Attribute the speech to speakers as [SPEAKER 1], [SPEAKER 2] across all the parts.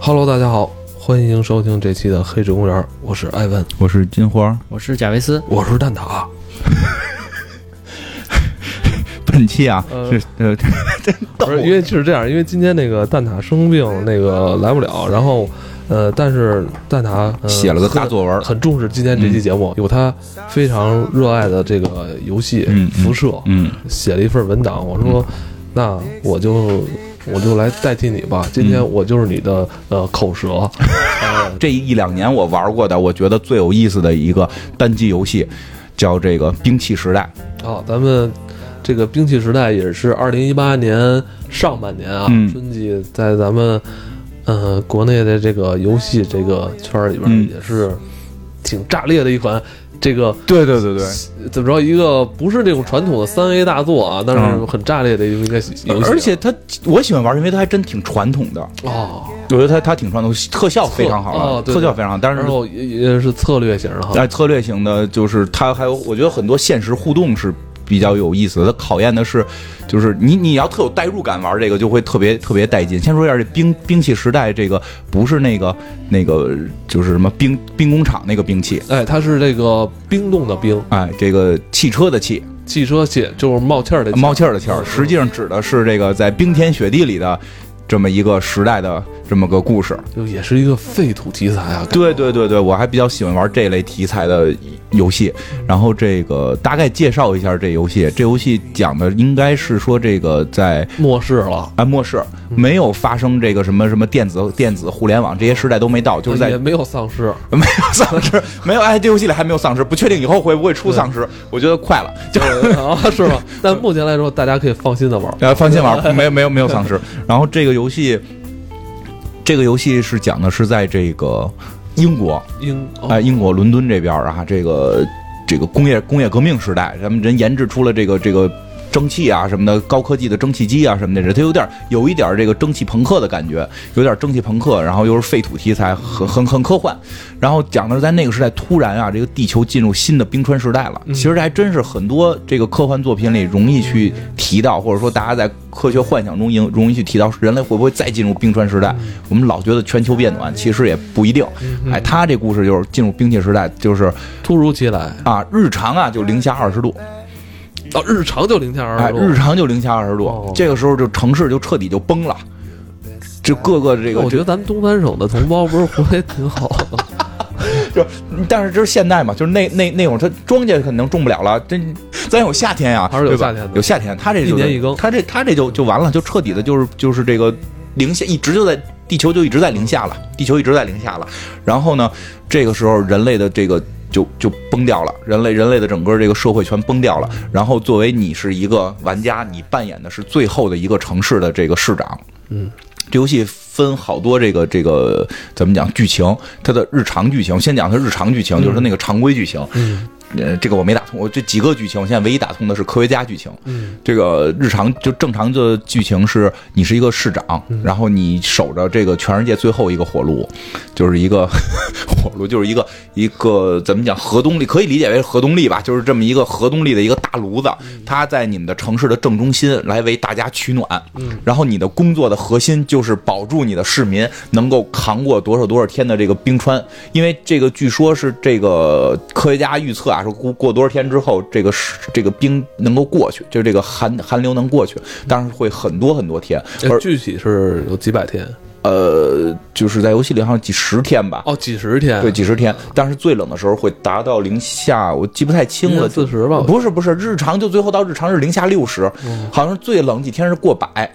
[SPEAKER 1] Hello，大家好，欢迎收听这期的《黑水公园》，我是艾文，
[SPEAKER 2] 我是金花。
[SPEAKER 3] 我是贾维斯，
[SPEAKER 1] 我是蛋挞。
[SPEAKER 2] 本期啊，
[SPEAKER 1] 呃
[SPEAKER 2] 是呃，
[SPEAKER 1] 不是，因为是这样，因为今天那个蛋挞生病，那个来不了，然后呃，但是蛋挞、呃
[SPEAKER 2] 写了个大作文嗯
[SPEAKER 1] 很，很重视今天这期节目，有他非常热爱的这个游戏
[SPEAKER 2] 嗯嗯
[SPEAKER 1] 《辐射》
[SPEAKER 2] 嗯，
[SPEAKER 1] 写了一份文档，我说、那我就。我就来代替你吧，今
[SPEAKER 2] 嗯
[SPEAKER 1] 天我就是你的呃口舌，
[SPEAKER 2] 这一两年我玩过的，我觉得最有意思的一个单机游戏，叫这个《兵器时代
[SPEAKER 1] 啊，咱们这个兵器时代也是二零一八年上半年啊，
[SPEAKER 2] 嗯
[SPEAKER 1] 春季在咱们呃国内的这个游戏这个圈儿里边儿
[SPEAKER 2] 嗯
[SPEAKER 1] 也是挺炸裂的一款。这个》。
[SPEAKER 2] 对对对对，
[SPEAKER 1] 怎么着？一个不是那种传统的三 A 大作啊，但是
[SPEAKER 2] 嗯呃
[SPEAKER 1] 很炸裂的一个游戏啊。
[SPEAKER 2] 而且它我喜欢玩，因为它还真挺传统的，
[SPEAKER 1] 哦，
[SPEAKER 2] 我觉得它它挺传统，特效非常
[SPEAKER 1] 特
[SPEAKER 2] 好
[SPEAKER 1] 哦
[SPEAKER 2] 啊，
[SPEAKER 1] 对
[SPEAKER 2] 特效非常好，但是
[SPEAKER 1] 然。后也也是策略型的哈。
[SPEAKER 2] 哎，策略型的，就是它还有，我觉得很多现实互动是比较有意思的。它考验的是，就是你你要特有代入感玩这个，就会特别特别带劲。先说一下这兵兵器时代，这个不是那个那个就是什么兵兵工厂那个兵器，
[SPEAKER 1] 哎，它是这个冰冻的冰，
[SPEAKER 2] 哎，这个汽车的汽，
[SPEAKER 1] 汽车气就是冒气儿的气
[SPEAKER 2] 冒气儿的气儿，实际上指的是这个在冰天雪地里的这么一个时代的这么个故事。
[SPEAKER 1] 就也是一个废土题材啊。
[SPEAKER 2] 对对对对，我还比较喜欢玩这类题材的游戏。然后这个大概介绍一下这游戏，这游戏讲的应该是说这个在。
[SPEAKER 1] 末世了，
[SPEAKER 2] 啊，末世没有发生这个什么什么电子电子互联网这些时代都没到，就是在
[SPEAKER 1] 也没有丧尸。
[SPEAKER 2] 没有丧尸，没有哎，这游戏里还没有丧尸，不确定以后会不会出丧尸，我觉得快了，就
[SPEAKER 1] 啊， 是吗？但目前来说，大家可以放心的玩。
[SPEAKER 2] 呃，放心玩，没有没有没有丧尸。然后这个游戏，这个游戏是讲的是在这个英国，
[SPEAKER 1] 英哦
[SPEAKER 2] 哎，英国伦敦这边儿啊，这个这个工业工业革命时代，咱们人研制出了这个这个蒸汽啊什么的，高科技的蒸汽机啊什么的，它有点有一点这个蒸汽朋克的感觉，有点蒸汽朋克，然后又是废土题材，很很很科幻。然后讲的是在那个时代，突然啊，这个地球进入新的冰川时代了。其实这还真是很多这个科幻作品里容易去提到，或者说大家在科学幻想中容容易去提到，人类会不会再进入冰川时代？我们老觉得全球变暖，其实也不一定。
[SPEAKER 1] 嗯
[SPEAKER 2] 哎，他这故事就是进入冰界时代，就是
[SPEAKER 1] 突如其来
[SPEAKER 2] 啊，日常啊就零下二十度，
[SPEAKER 1] 哦，日常就零下二
[SPEAKER 2] 哎，
[SPEAKER 1] 十度，
[SPEAKER 2] 日常就零下二十
[SPEAKER 1] 哦
[SPEAKER 2] 度，这个时候就城市就彻底就崩了，就各个这个，
[SPEAKER 1] 哦我觉得咱们东三省的同胞不是活得也挺好 的，
[SPEAKER 2] 就但是这是现代嘛，就是那那那会儿，它庄稼可能种不了了，真咱有夏天呀，
[SPEAKER 1] 还是有
[SPEAKER 2] 对吧
[SPEAKER 1] 夏天的
[SPEAKER 2] 有夏天，它这就
[SPEAKER 1] 一年一更
[SPEAKER 2] 它这它这就就完了，就彻底的就是就是这个零下一直就在地球就一直在零下了，地球一直在零下了，然后呢，这个时候人类的这个。就就崩掉了，人类人类的整个这个社会全崩掉了。然后作为你是一个玩家，你扮演的是最后的一个城市的这个市长，
[SPEAKER 1] 嗯
[SPEAKER 2] 这游戏分好多这个这个怎么讲剧情，它的日常剧情，先讲它日常剧情，就是它那个常规剧情。
[SPEAKER 1] 嗯
[SPEAKER 2] 呃，这个我没打通，我这几个剧情，我现在唯一打通的是科学家剧情。
[SPEAKER 1] 嗯，
[SPEAKER 2] 这个日常就正常的剧情是，你是一个市长，然后你守着这个全世界最后一个火炉，就是一个 火炉，就是一个一个怎么讲核动力，可以理解为核动力吧，就是这么一个核动力的一个大炉子，它在你们的城市的正中心来为大家取暖。然后你的工作的核心就是保住你的市民能够扛过多少多少天的这个冰川，因为这个据说是这个科学家预测啊，说过过多少天之后，这个是这个冰能够过去，就这个寒寒流能过去，当然会很多很多天，
[SPEAKER 1] 哎
[SPEAKER 2] 而
[SPEAKER 1] 具体是有几百天
[SPEAKER 2] 呃，就是在游戏里好像几十天吧。
[SPEAKER 1] 哦，几十天，
[SPEAKER 2] 对，几十天，但是最冷的时候会达到零下，我记不太清了，
[SPEAKER 1] 四十吧，哦
[SPEAKER 2] 不是不是，日常就最后到日常是零下六十，好像是最冷几天是过百，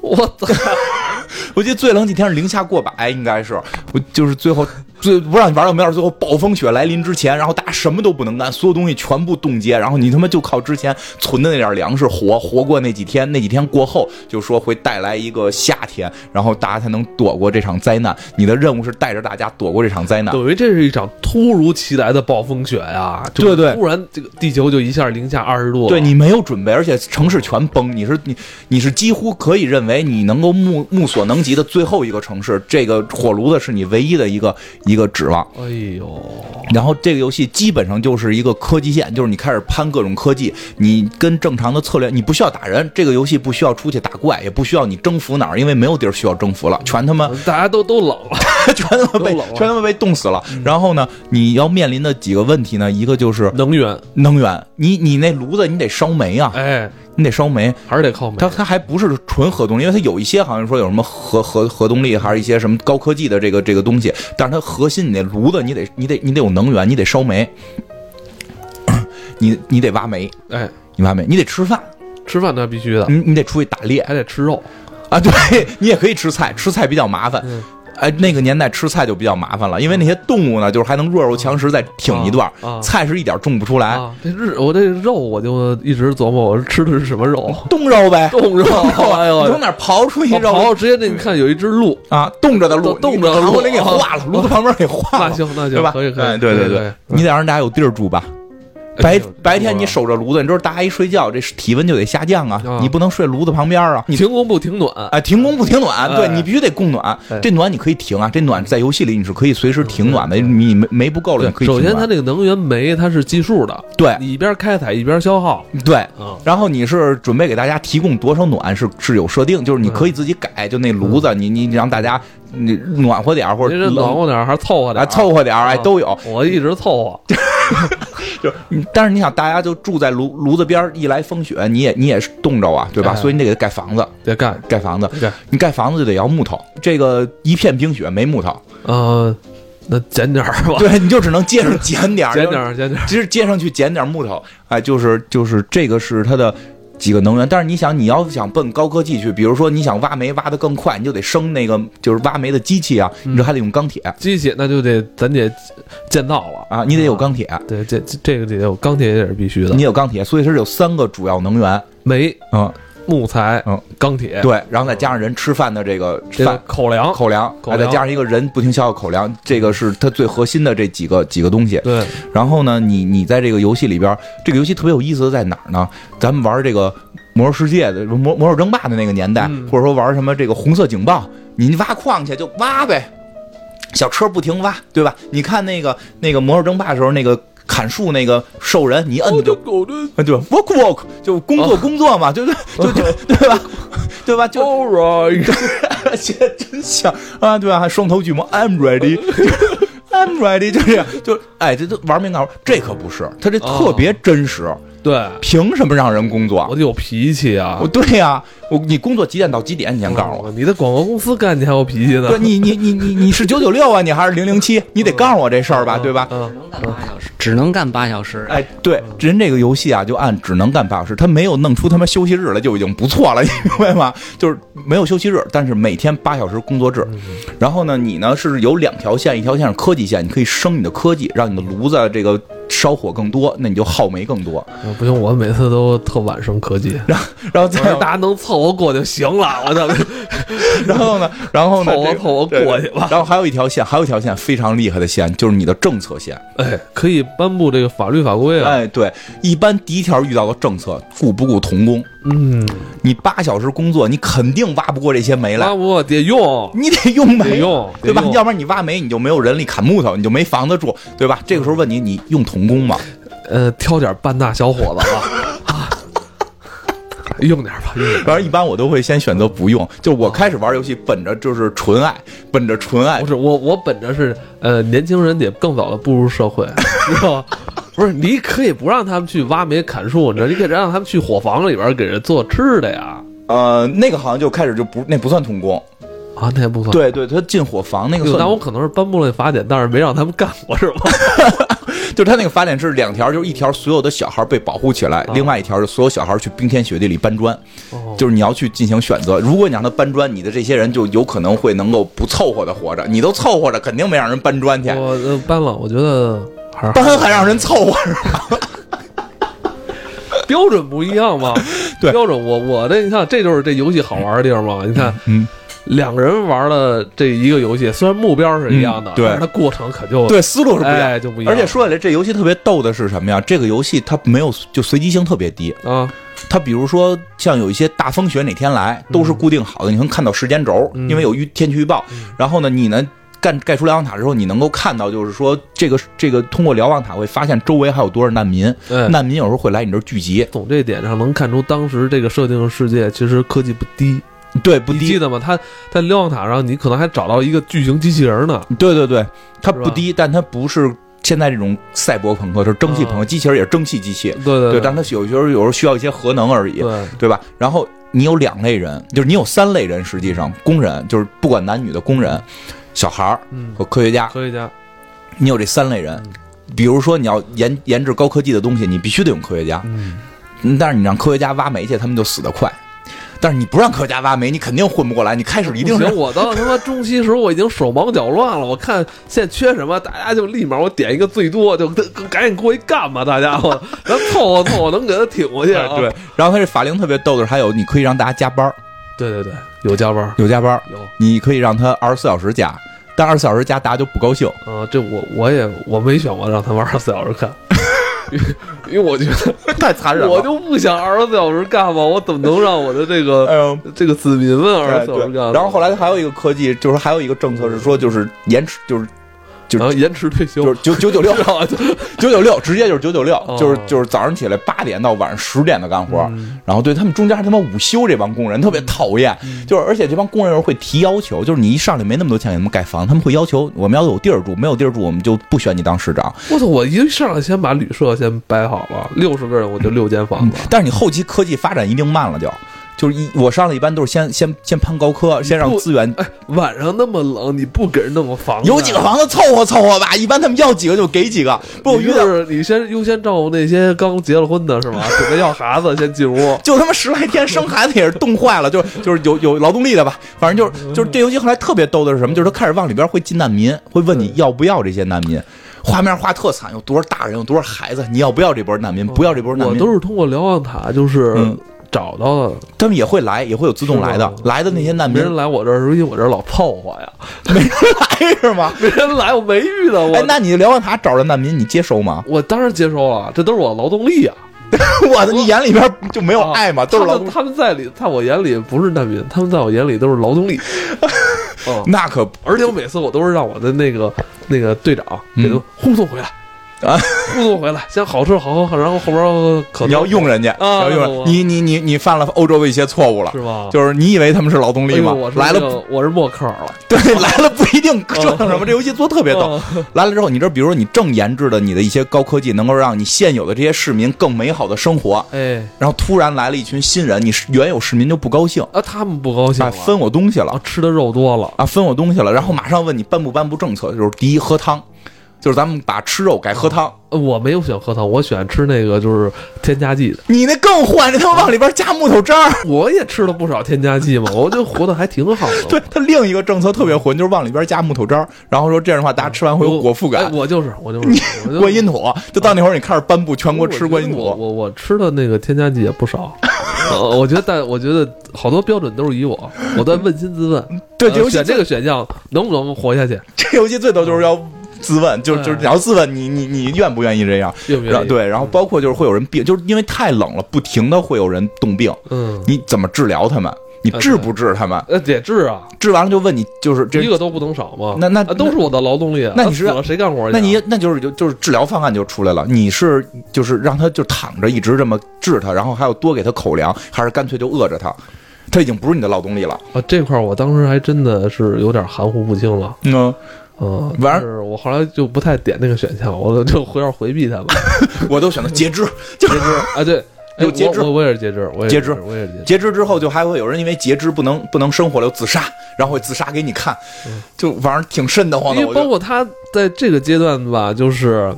[SPEAKER 1] 我操，
[SPEAKER 2] 哎我记得最冷几天是零下过百，应该是我就是最后最不让你玩到没有，最后暴风雪来临之前，然后大家什么都不能干，所有东西全部冻结，然后你他妈就靠之前存的那点粮食活活过那几天，那几天过后就说会带来一个夏天，然后大家才能躲过这场灾难。你的任务是带着大家躲过这场灾难。
[SPEAKER 1] 等于这是一场突如其来的暴风雪呀、就
[SPEAKER 2] 对对
[SPEAKER 1] 突然这个地球就一下零下二十度了，
[SPEAKER 2] 对你没有准备，而且城市全崩，你是你你是几乎可以认为你能够目目所能及的最后一个城市，这个火炉子是你唯一的一个一个指望。
[SPEAKER 1] 哎呦，
[SPEAKER 2] 然后这个游戏基本上就是一个科技线，就是你开始攀各种科技，你跟正常的策略，你不需要打人，这个游戏不需要出去打怪，也不需要你征服哪儿，因为没有地儿需要征服了，全他妈
[SPEAKER 1] 大家都都冷了，
[SPEAKER 2] 全他妈被
[SPEAKER 1] 都冷了
[SPEAKER 2] 全他妈被冻死了。然后呢，你要面临的几个问题呢，一个就是
[SPEAKER 1] 能源，
[SPEAKER 2] 能源，你你那炉子你得烧煤啊，
[SPEAKER 1] 哎，
[SPEAKER 2] 你得烧煤，
[SPEAKER 1] 还是得靠美
[SPEAKER 2] 它它还不是纯核动力，因为它有一些好像说有什么核核核动力，还是一些什么高科技的这个这个东西，但是它核心你那炉子，你得你得你得有能源，你得烧煤，你你得挖煤，
[SPEAKER 1] 哎，
[SPEAKER 2] 你挖煤，你得吃饭，
[SPEAKER 1] 吃饭那必须的，
[SPEAKER 2] 你你得出去打猎
[SPEAKER 1] 还得吃肉，
[SPEAKER 2] 啊，对 你也可以吃菜，吃菜比较麻烦。
[SPEAKER 1] 嗯
[SPEAKER 2] 哎，那个年代吃菜就比较麻烦了，因为那些动物呢，就是还能弱肉强食再挺一段儿，
[SPEAKER 1] 啊啊
[SPEAKER 2] 菜是一点儿种不出来，
[SPEAKER 1] 啊，这日我这肉我就一直琢磨，我吃的是什么肉，
[SPEAKER 2] 冻肉呗，
[SPEAKER 1] 冻肉， 哎 呦，
[SPEAKER 2] 你从哪儿刨出一
[SPEAKER 1] 我
[SPEAKER 2] 肉
[SPEAKER 1] 刨直接那你看有一只鹿，
[SPEAKER 2] 啊？冻着的鹿，
[SPEAKER 1] 冻冻着的
[SPEAKER 2] 然
[SPEAKER 1] 鹿
[SPEAKER 2] 后给化了，炉子旁边给化
[SPEAKER 1] 那
[SPEAKER 2] 了。
[SPEAKER 1] 行那行，
[SPEAKER 2] 对吧？
[SPEAKER 1] 可以可
[SPEAKER 2] 哎
[SPEAKER 1] 以，
[SPEAKER 2] 对
[SPEAKER 1] 对
[SPEAKER 2] 对，哎你得让大家有地儿住吧。
[SPEAKER 1] 哎
[SPEAKER 2] 白白天你守着炉子，你知道大家一睡觉，这体温就得下降啊
[SPEAKER 1] 啊，
[SPEAKER 2] 你不能睡炉子旁边啊。你
[SPEAKER 1] 停工不停暖，
[SPEAKER 2] 啊，停工不停暖，
[SPEAKER 1] 哎
[SPEAKER 2] 对你必须得供暖
[SPEAKER 1] 哎。
[SPEAKER 2] 这暖你可以停啊，这暖在游戏里你是可以随时停暖的，
[SPEAKER 1] 对
[SPEAKER 2] 你没没不够了你可以
[SPEAKER 1] 首
[SPEAKER 2] 停
[SPEAKER 1] 先它
[SPEAKER 2] 暖。哎
[SPEAKER 1] 那个能源煤它是计数的，
[SPEAKER 2] 对
[SPEAKER 1] 你一边开采一边消耗，
[SPEAKER 2] 对。
[SPEAKER 1] 啊，
[SPEAKER 2] 然后你是准备给大家提供多少暖是是有设定，就是
[SPEAKER 1] 嗯
[SPEAKER 2] 你可以自己改，就那炉子，你你让大家你暖和点儿或者
[SPEAKER 1] 您嗯这暖
[SPEAKER 2] 冷
[SPEAKER 1] 和点儿还凑合点儿，
[SPEAKER 2] 啊凑合点儿哎
[SPEAKER 1] 啊
[SPEAKER 2] 都有。
[SPEAKER 1] 我一直凑合，
[SPEAKER 2] 就是，嗯但是你想，大家就住在炉炉子边儿，一来风雪，你也你也是冻着啊，对吧？
[SPEAKER 1] 哎
[SPEAKER 2] 所以你得给它盖房子，
[SPEAKER 1] 得干
[SPEAKER 2] 盖房子，
[SPEAKER 1] 得干，
[SPEAKER 2] 你盖房子就得要木头，这个一片冰雪没木头，
[SPEAKER 1] 嗯，那捡点儿吧，
[SPEAKER 2] 对，你就只能街上捡点儿，
[SPEAKER 1] 捡点儿捡点儿，
[SPEAKER 2] 其实街上去捡点木头，哎，就是就是这个是它的几个能源。但是你想，你要想奔高科技去，比如说你想挖煤挖得更快，你就得生那个就是挖煤的机器啊，
[SPEAKER 1] 嗯
[SPEAKER 2] 你这还得用钢铁
[SPEAKER 1] 机械那就得咱得建造了，
[SPEAKER 2] 啊，你得有钢铁，
[SPEAKER 1] 对，这这这个得有钢铁也是必须的
[SPEAKER 2] 你，有钢铁，所以是有三个主要能源，
[SPEAKER 1] 煤、
[SPEAKER 2] 嗯，
[SPEAKER 1] 木材
[SPEAKER 2] 嗯、
[SPEAKER 1] 钢铁，，
[SPEAKER 2] 对，然后再加上人吃饭的这个
[SPEAKER 1] 这个
[SPEAKER 2] 饭。
[SPEAKER 1] 口粮，
[SPEAKER 2] 口粮，
[SPEAKER 1] 哦口
[SPEAKER 2] 哎
[SPEAKER 1] 粮
[SPEAKER 2] 再加上一个人不停消耗口粮，这个是它最核心的这几个几个东西。
[SPEAKER 1] 对，
[SPEAKER 2] 然后呢，你你在这个游戏里边儿，这个游戏特别有意思的在哪儿呢？咱们玩这个《魔兽世界》的《魔魔兽争霸》的那个年代，
[SPEAKER 1] 嗯
[SPEAKER 2] 或者说玩什么这个红色警报，你挖矿去就挖呗，小车不停挖，对吧？你看那个那个《魔兽争霸》的时候，那个砍树那个兽人，你一摁就。
[SPEAKER 1] 狗的
[SPEAKER 2] 啊，对吧，work work，就工
[SPEAKER 1] 哦
[SPEAKER 2] 作工作嘛，对对对对对吧， 对吧？就
[SPEAKER 1] All right，
[SPEAKER 2] 写得真像啊，对吧？还双头巨魔，I'm ready 。I'm ready，就这样，就哎，这都玩命干活，这可不是，他这特别真实，
[SPEAKER 1] 对
[SPEAKER 2] 凭什么让人工
[SPEAKER 1] 我
[SPEAKER 2] 作？
[SPEAKER 1] 得有脾气啊
[SPEAKER 2] 我！对呀、我你工作几点到几点？你先告 诉我。
[SPEAKER 1] 我，你在广告公司干，你还有脾气呢
[SPEAKER 2] 对，？你你你你你是九九六啊，你还是零零七？你得告诉我这事儿吧，对吧？
[SPEAKER 1] 嗯，
[SPEAKER 3] 能干八小时，呃只能干八小时。
[SPEAKER 2] 哎，对，人这个游戏啊，就按只能干八小时，他没有弄出他妈休息日来就已经不错了，你 明白吗？就是没有休息日，但是每天八小时工作
[SPEAKER 1] 嗯
[SPEAKER 2] 制。然后呢，你呢是有两条线，一条线是科技线，你可以升你的科技，让你的炉子这个烧火更多，那你就耗煤更多。
[SPEAKER 1] 嗯不行，我每次都特晚升科技，
[SPEAKER 2] 然后
[SPEAKER 1] 我
[SPEAKER 2] 再
[SPEAKER 1] 说大家能凑合过就行了。我操， 哎
[SPEAKER 2] 然后呢，然后呢，
[SPEAKER 1] 凑合
[SPEAKER 2] 这个
[SPEAKER 1] 凑合
[SPEAKER 2] 对
[SPEAKER 1] 啊过去吧
[SPEAKER 2] 然后还有一条线，还有一条线非常厉害的线，就是你的政策线。
[SPEAKER 1] 哎，可以颁布这个法律法规啊。
[SPEAKER 2] 哎，对，一般第一条遇到的政策，雇不雇童工？
[SPEAKER 1] 嗯，
[SPEAKER 2] 你八小时工作，你肯定挖不过这些煤来
[SPEAKER 1] 那。我得用，
[SPEAKER 2] 你得用煤，
[SPEAKER 1] 得用
[SPEAKER 2] 对吧
[SPEAKER 1] 得？用
[SPEAKER 2] 要不然你挖煤，你就没有人力砍木头，你就没房子住，对吧？这个时候问你，你用童工吗？
[SPEAKER 1] 呃，挑点半大小伙子吧， 啊，用点吧，用点吧。
[SPEAKER 2] 反正一般我都会先选择不用。就是我开始玩游戏，本着就是纯爱，本着纯爱
[SPEAKER 1] 不，是我，我本着是，呃，年轻人得更早的步入社会， 你知道吗？不是，你可以不让他们去挖煤砍树，你知道，你可以让他们去火房里边给人做吃的呀。
[SPEAKER 2] 呃，那个好像就开始就不那不算童工，
[SPEAKER 1] 啊，那也不算。哎
[SPEAKER 2] 对对，他进火房那个
[SPEAKER 1] 那
[SPEAKER 2] 算
[SPEAKER 1] 我可能是颁布了法典，但是没让他们干过，是吧？
[SPEAKER 2] 就是他那个法典是两条，就是一条所有的小孩被保护起
[SPEAKER 1] 啊
[SPEAKER 2] 来，另外一条是所有小孩去冰天雪地里搬砖，
[SPEAKER 1] 哦
[SPEAKER 2] 就是你要去进行选择。如果你让他搬砖，你的这些人就有可能会能够不凑合的活着，你都凑合着，肯定没让人搬砖去，
[SPEAKER 1] 我呃搬了，我觉得还 是
[SPEAKER 2] 搬还让人凑合是吧？
[SPEAKER 1] 标准不一样嘛。
[SPEAKER 2] 对
[SPEAKER 1] 标准我我这你看，这就是这游戏好玩的地方嘛。你看，
[SPEAKER 2] 嗯，
[SPEAKER 1] 两个人玩了这一个游戏，虽然目标是一样的
[SPEAKER 2] 嗯，对
[SPEAKER 1] 但是它过程可就
[SPEAKER 2] 对，思路是不一样
[SPEAKER 1] 哎，。就不一样。
[SPEAKER 2] 而且说起来，这游戏特别逗的是什么呀？这个游戏它没有就随机性特别低，
[SPEAKER 1] 啊，
[SPEAKER 2] 它比如说像有一些大风雪哪天来都是固定好的，你能看到时间轴，
[SPEAKER 1] 嗯
[SPEAKER 2] 因为有预天气预报。然后呢，你呢干盖出瞭望塔之后，你能够看到就是说这个这个通过瞭望塔会发现周围还有多少难民，
[SPEAKER 1] 哎，
[SPEAKER 2] 难民有时候会来你这儿聚集，
[SPEAKER 1] 从这点上能看出当时这个设定的世界其实科技不低，
[SPEAKER 2] 对不
[SPEAKER 1] 你记
[SPEAKER 2] 低。
[SPEAKER 1] 得吗？他在瞭望塔上，你可能还找到一个巨型机器人呢。
[SPEAKER 2] 对对对，它
[SPEAKER 1] 是吧
[SPEAKER 2] 不低，但它不是现在这种赛博朋克，是蒸汽朋克，
[SPEAKER 1] 嗯
[SPEAKER 2] 机器人也是蒸汽机器，
[SPEAKER 1] 对对
[SPEAKER 2] 对，但它有时候有时候需要一些核能而已。
[SPEAKER 1] 对，
[SPEAKER 2] 对吧？然后你有两类人，就是你有三类人，实际上工人就是不管男女的工人、小孩儿
[SPEAKER 1] 嗯，
[SPEAKER 2] 和科学家，
[SPEAKER 1] 科学家，
[SPEAKER 2] 你有这三类人
[SPEAKER 1] 嗯。
[SPEAKER 2] 比如说你要研研制高科技的东西，你必须得用科学家，
[SPEAKER 1] 嗯，
[SPEAKER 2] 嗯但是你让科学家挖煤去，他们就死得快。但是你不让科学家挖煤，你肯定混不过来。你开始一定
[SPEAKER 1] 不
[SPEAKER 2] 是
[SPEAKER 1] 行，我到他妈中期时候我已经手忙脚乱了。我看现在缺什么，大家就立马我点一个最多，就赶紧过去干吧，大家伙，咱凑合凑合能给他挺过去、啊。
[SPEAKER 2] 哎对。然后他这法令特别逗的是，还有你可以让大家加班儿，
[SPEAKER 1] 对对对，有加班儿，
[SPEAKER 2] 有加班儿，
[SPEAKER 1] 有。
[SPEAKER 2] 你可以让他二十四小时加，但二十四小时加大家就不 高兴。
[SPEAKER 1] 啊、这我我也我没选过让他们二十四小时干， 因为因为我觉得
[SPEAKER 2] 太残
[SPEAKER 1] 我就不想二十四小时干嘛，我怎么能让我的这个
[SPEAKER 2] 哎呦，
[SPEAKER 1] 这个子民们二
[SPEAKER 2] 哎
[SPEAKER 1] 十
[SPEAKER 2] 对
[SPEAKER 1] 四小时干
[SPEAKER 2] 对
[SPEAKER 1] 呢？
[SPEAKER 2] 然后后来还有一个科技，就是还有一个政策是说，就是延迟，就是就
[SPEAKER 1] 然后延迟退休，
[SPEAKER 2] 就是九九九六
[SPEAKER 1] 然后就
[SPEAKER 2] 九九六，直接就是九九六
[SPEAKER 1] 哦，
[SPEAKER 2] 就是就是早上起来八点到晚上十点的干活。
[SPEAKER 1] 嗯
[SPEAKER 2] 然后对他们中间还他妈午休，这帮工人特别讨厌，
[SPEAKER 1] 嗯
[SPEAKER 2] 就是而且这帮工人会提要求，就是你一上来没那么多钱给他们盖房，他们会要求我们要有地儿住，没有地儿住我们就不选你当市长。
[SPEAKER 1] 我操！我一上来先把旅社先摆好了，六十个人我就六间房
[SPEAKER 2] 嗯
[SPEAKER 1] 子，
[SPEAKER 2] 但是你后期科技发展一定慢了就。就是一我上来一般都是先先先攀高科，先让
[SPEAKER 1] 不
[SPEAKER 2] 资源
[SPEAKER 1] 哎，晚上那么冷，你不给人弄个房子？
[SPEAKER 2] 嗯
[SPEAKER 1] 啊
[SPEAKER 2] 有几个？房子凑合凑合吧，一般他们要几个就给几个。不，我
[SPEAKER 1] 不
[SPEAKER 2] 遇到
[SPEAKER 1] 就是你先优先照顾那些刚结了婚的是吗？ 准备要孩子先进屋。
[SPEAKER 2] 就他妈十来天生孩子也是冻坏了，就是 就是有有劳动力的吧，反正就是就是这游戏后来特别逗的是什么？就是他开始往里边会进难民，会问你要不要这些难民，画面画特惨，有多少大人，有多少孩子，你要不要这波难
[SPEAKER 1] 嗯
[SPEAKER 2] 民？不要这波难
[SPEAKER 1] 我
[SPEAKER 2] 民，
[SPEAKER 1] 都是通过瞭望塔就是
[SPEAKER 2] 嗯
[SPEAKER 1] 找到的，
[SPEAKER 2] 他们也会来，也会有自动来
[SPEAKER 1] 是
[SPEAKER 2] 的
[SPEAKER 1] 吗，
[SPEAKER 2] 来的那些难
[SPEAKER 1] 没
[SPEAKER 2] 民
[SPEAKER 1] 人来我这儿，因为我这儿老凑合呀，
[SPEAKER 2] 没人来是吗？
[SPEAKER 1] 没人来我没遇到
[SPEAKER 2] 哎，
[SPEAKER 1] 过。
[SPEAKER 2] 那你瞭望塔找着难民，你接 收吗？
[SPEAKER 1] 我当然接收了，这都是我劳动力啊，
[SPEAKER 2] 我的，你眼里边就没有爱啊吗？都是
[SPEAKER 1] 他
[SPEAKER 2] 劳动
[SPEAKER 1] 们
[SPEAKER 2] 力，
[SPEAKER 1] 他们在里，在我眼里不是难民，他们在我眼里都是劳动 力。嗯，
[SPEAKER 2] 那可
[SPEAKER 1] 而且我每次我都是让我的那个那个队长
[SPEAKER 2] 嗯
[SPEAKER 1] 给他护送回来
[SPEAKER 2] 啊，
[SPEAKER 1] 护送回来，先好吃好喝，然后后边可
[SPEAKER 2] 你要用人家，你
[SPEAKER 1] 啊
[SPEAKER 2] 要用人
[SPEAKER 1] 我
[SPEAKER 2] 你你你你犯了欧洲的一些错误了
[SPEAKER 1] 是。吗？
[SPEAKER 2] 就是你以为他们是劳动
[SPEAKER 1] 哎
[SPEAKER 2] 力
[SPEAKER 1] 呦
[SPEAKER 2] 吗？
[SPEAKER 1] 我是
[SPEAKER 2] 来
[SPEAKER 1] 那
[SPEAKER 2] 了
[SPEAKER 1] 个我是默克尔了，
[SPEAKER 2] 对，来了不一定
[SPEAKER 1] 哦
[SPEAKER 2] 折腾什么，这游戏做特别逗。
[SPEAKER 1] 嗯
[SPEAKER 2] 来了之后，你这比如说你正研制的你的一些高科技，能够让你现有的这些市民更美好的生活，
[SPEAKER 1] 哎
[SPEAKER 2] 然后突然来了一群新人，你原有市民就不高兴，
[SPEAKER 1] 啊，他们不高兴
[SPEAKER 2] 啊，
[SPEAKER 1] 了，
[SPEAKER 2] 分我东西
[SPEAKER 1] 啊
[SPEAKER 2] 了，
[SPEAKER 1] 吃的肉多了。
[SPEAKER 2] 啊，分我东西了，然后马上问你颁不颁布政策，就是第一喝汤，就是咱们把吃肉改喝汤。
[SPEAKER 1] 呃我没有选喝汤，我选吃那个就是添加剂的。
[SPEAKER 2] 你那更坏，那他
[SPEAKER 1] 哦
[SPEAKER 2] 妈往里边加木头渣儿。
[SPEAKER 1] 我也吃了不少添加剂嘛，我就活得还挺好的。
[SPEAKER 2] 对他另一个政策特别混，就是往里边加木头渣儿，然后说这样的话，大家吃完会有果腹
[SPEAKER 1] 哎
[SPEAKER 2] 感、
[SPEAKER 1] 我就是我就是我就是
[SPEAKER 2] 观音土。就到那会儿，你开始颁布全国吃观音土。
[SPEAKER 1] 哦我我我吃的那个添加剂也不 少，呃，我觉得但我觉得好多标准都是以我，我在问心自问，
[SPEAKER 2] 对，
[SPEAKER 1] 呃
[SPEAKER 2] 这游戏
[SPEAKER 1] 选这个选项能不能活下去，
[SPEAKER 2] 这 游戏最逗就是要
[SPEAKER 1] 嗯
[SPEAKER 2] 自问，就
[SPEAKER 1] 对
[SPEAKER 2] 就是你要自问你你你愿不愿意这样？
[SPEAKER 1] 愿不
[SPEAKER 2] 然
[SPEAKER 1] 愿
[SPEAKER 2] 后
[SPEAKER 1] 意？，
[SPEAKER 2] 对，然后包括就是会有人病，就是因为太冷了，不停的会有人冻病，
[SPEAKER 1] 嗯，
[SPEAKER 2] 你怎么治疗他们？你治不治他们？
[SPEAKER 1] 呃，得治啊，
[SPEAKER 2] 治完了就问你，就是
[SPEAKER 1] 一
[SPEAKER 2] 这，
[SPEAKER 1] 个都不能少嘛。
[SPEAKER 2] 那那
[SPEAKER 1] 啊都是我的劳动力啊，
[SPEAKER 2] 那你是
[SPEAKER 1] 死了谁干活去啊？
[SPEAKER 2] 那你那就是就就是治疗方案就出来了。你是就是让他就躺着一直这么治他，然后还要多给他口粮，还是干脆就饿着他？他已经不是你的劳动力了。
[SPEAKER 1] 啊，这块儿我当时还真的是有点含糊不清了。
[SPEAKER 2] 嗯，
[SPEAKER 1] 嗯，
[SPEAKER 2] 玩儿
[SPEAKER 1] 但是我后来就不太点那个选项，我就回要回避他 们。
[SPEAKER 2] 我都选择截肢，
[SPEAKER 1] 截肢啊，对，哎
[SPEAKER 2] 有截肢
[SPEAKER 1] 我我我也是截肢，我也是
[SPEAKER 2] 截肢
[SPEAKER 1] 我也是截肢。
[SPEAKER 2] 截肢之后，就还会有人因为截肢不能不能生活了，就自杀，然后会自杀给你看，就反正挺瘆得慌的。
[SPEAKER 1] 因
[SPEAKER 2] 我
[SPEAKER 1] 为包
[SPEAKER 2] 就
[SPEAKER 1] 括他在这个阶段吧，就是。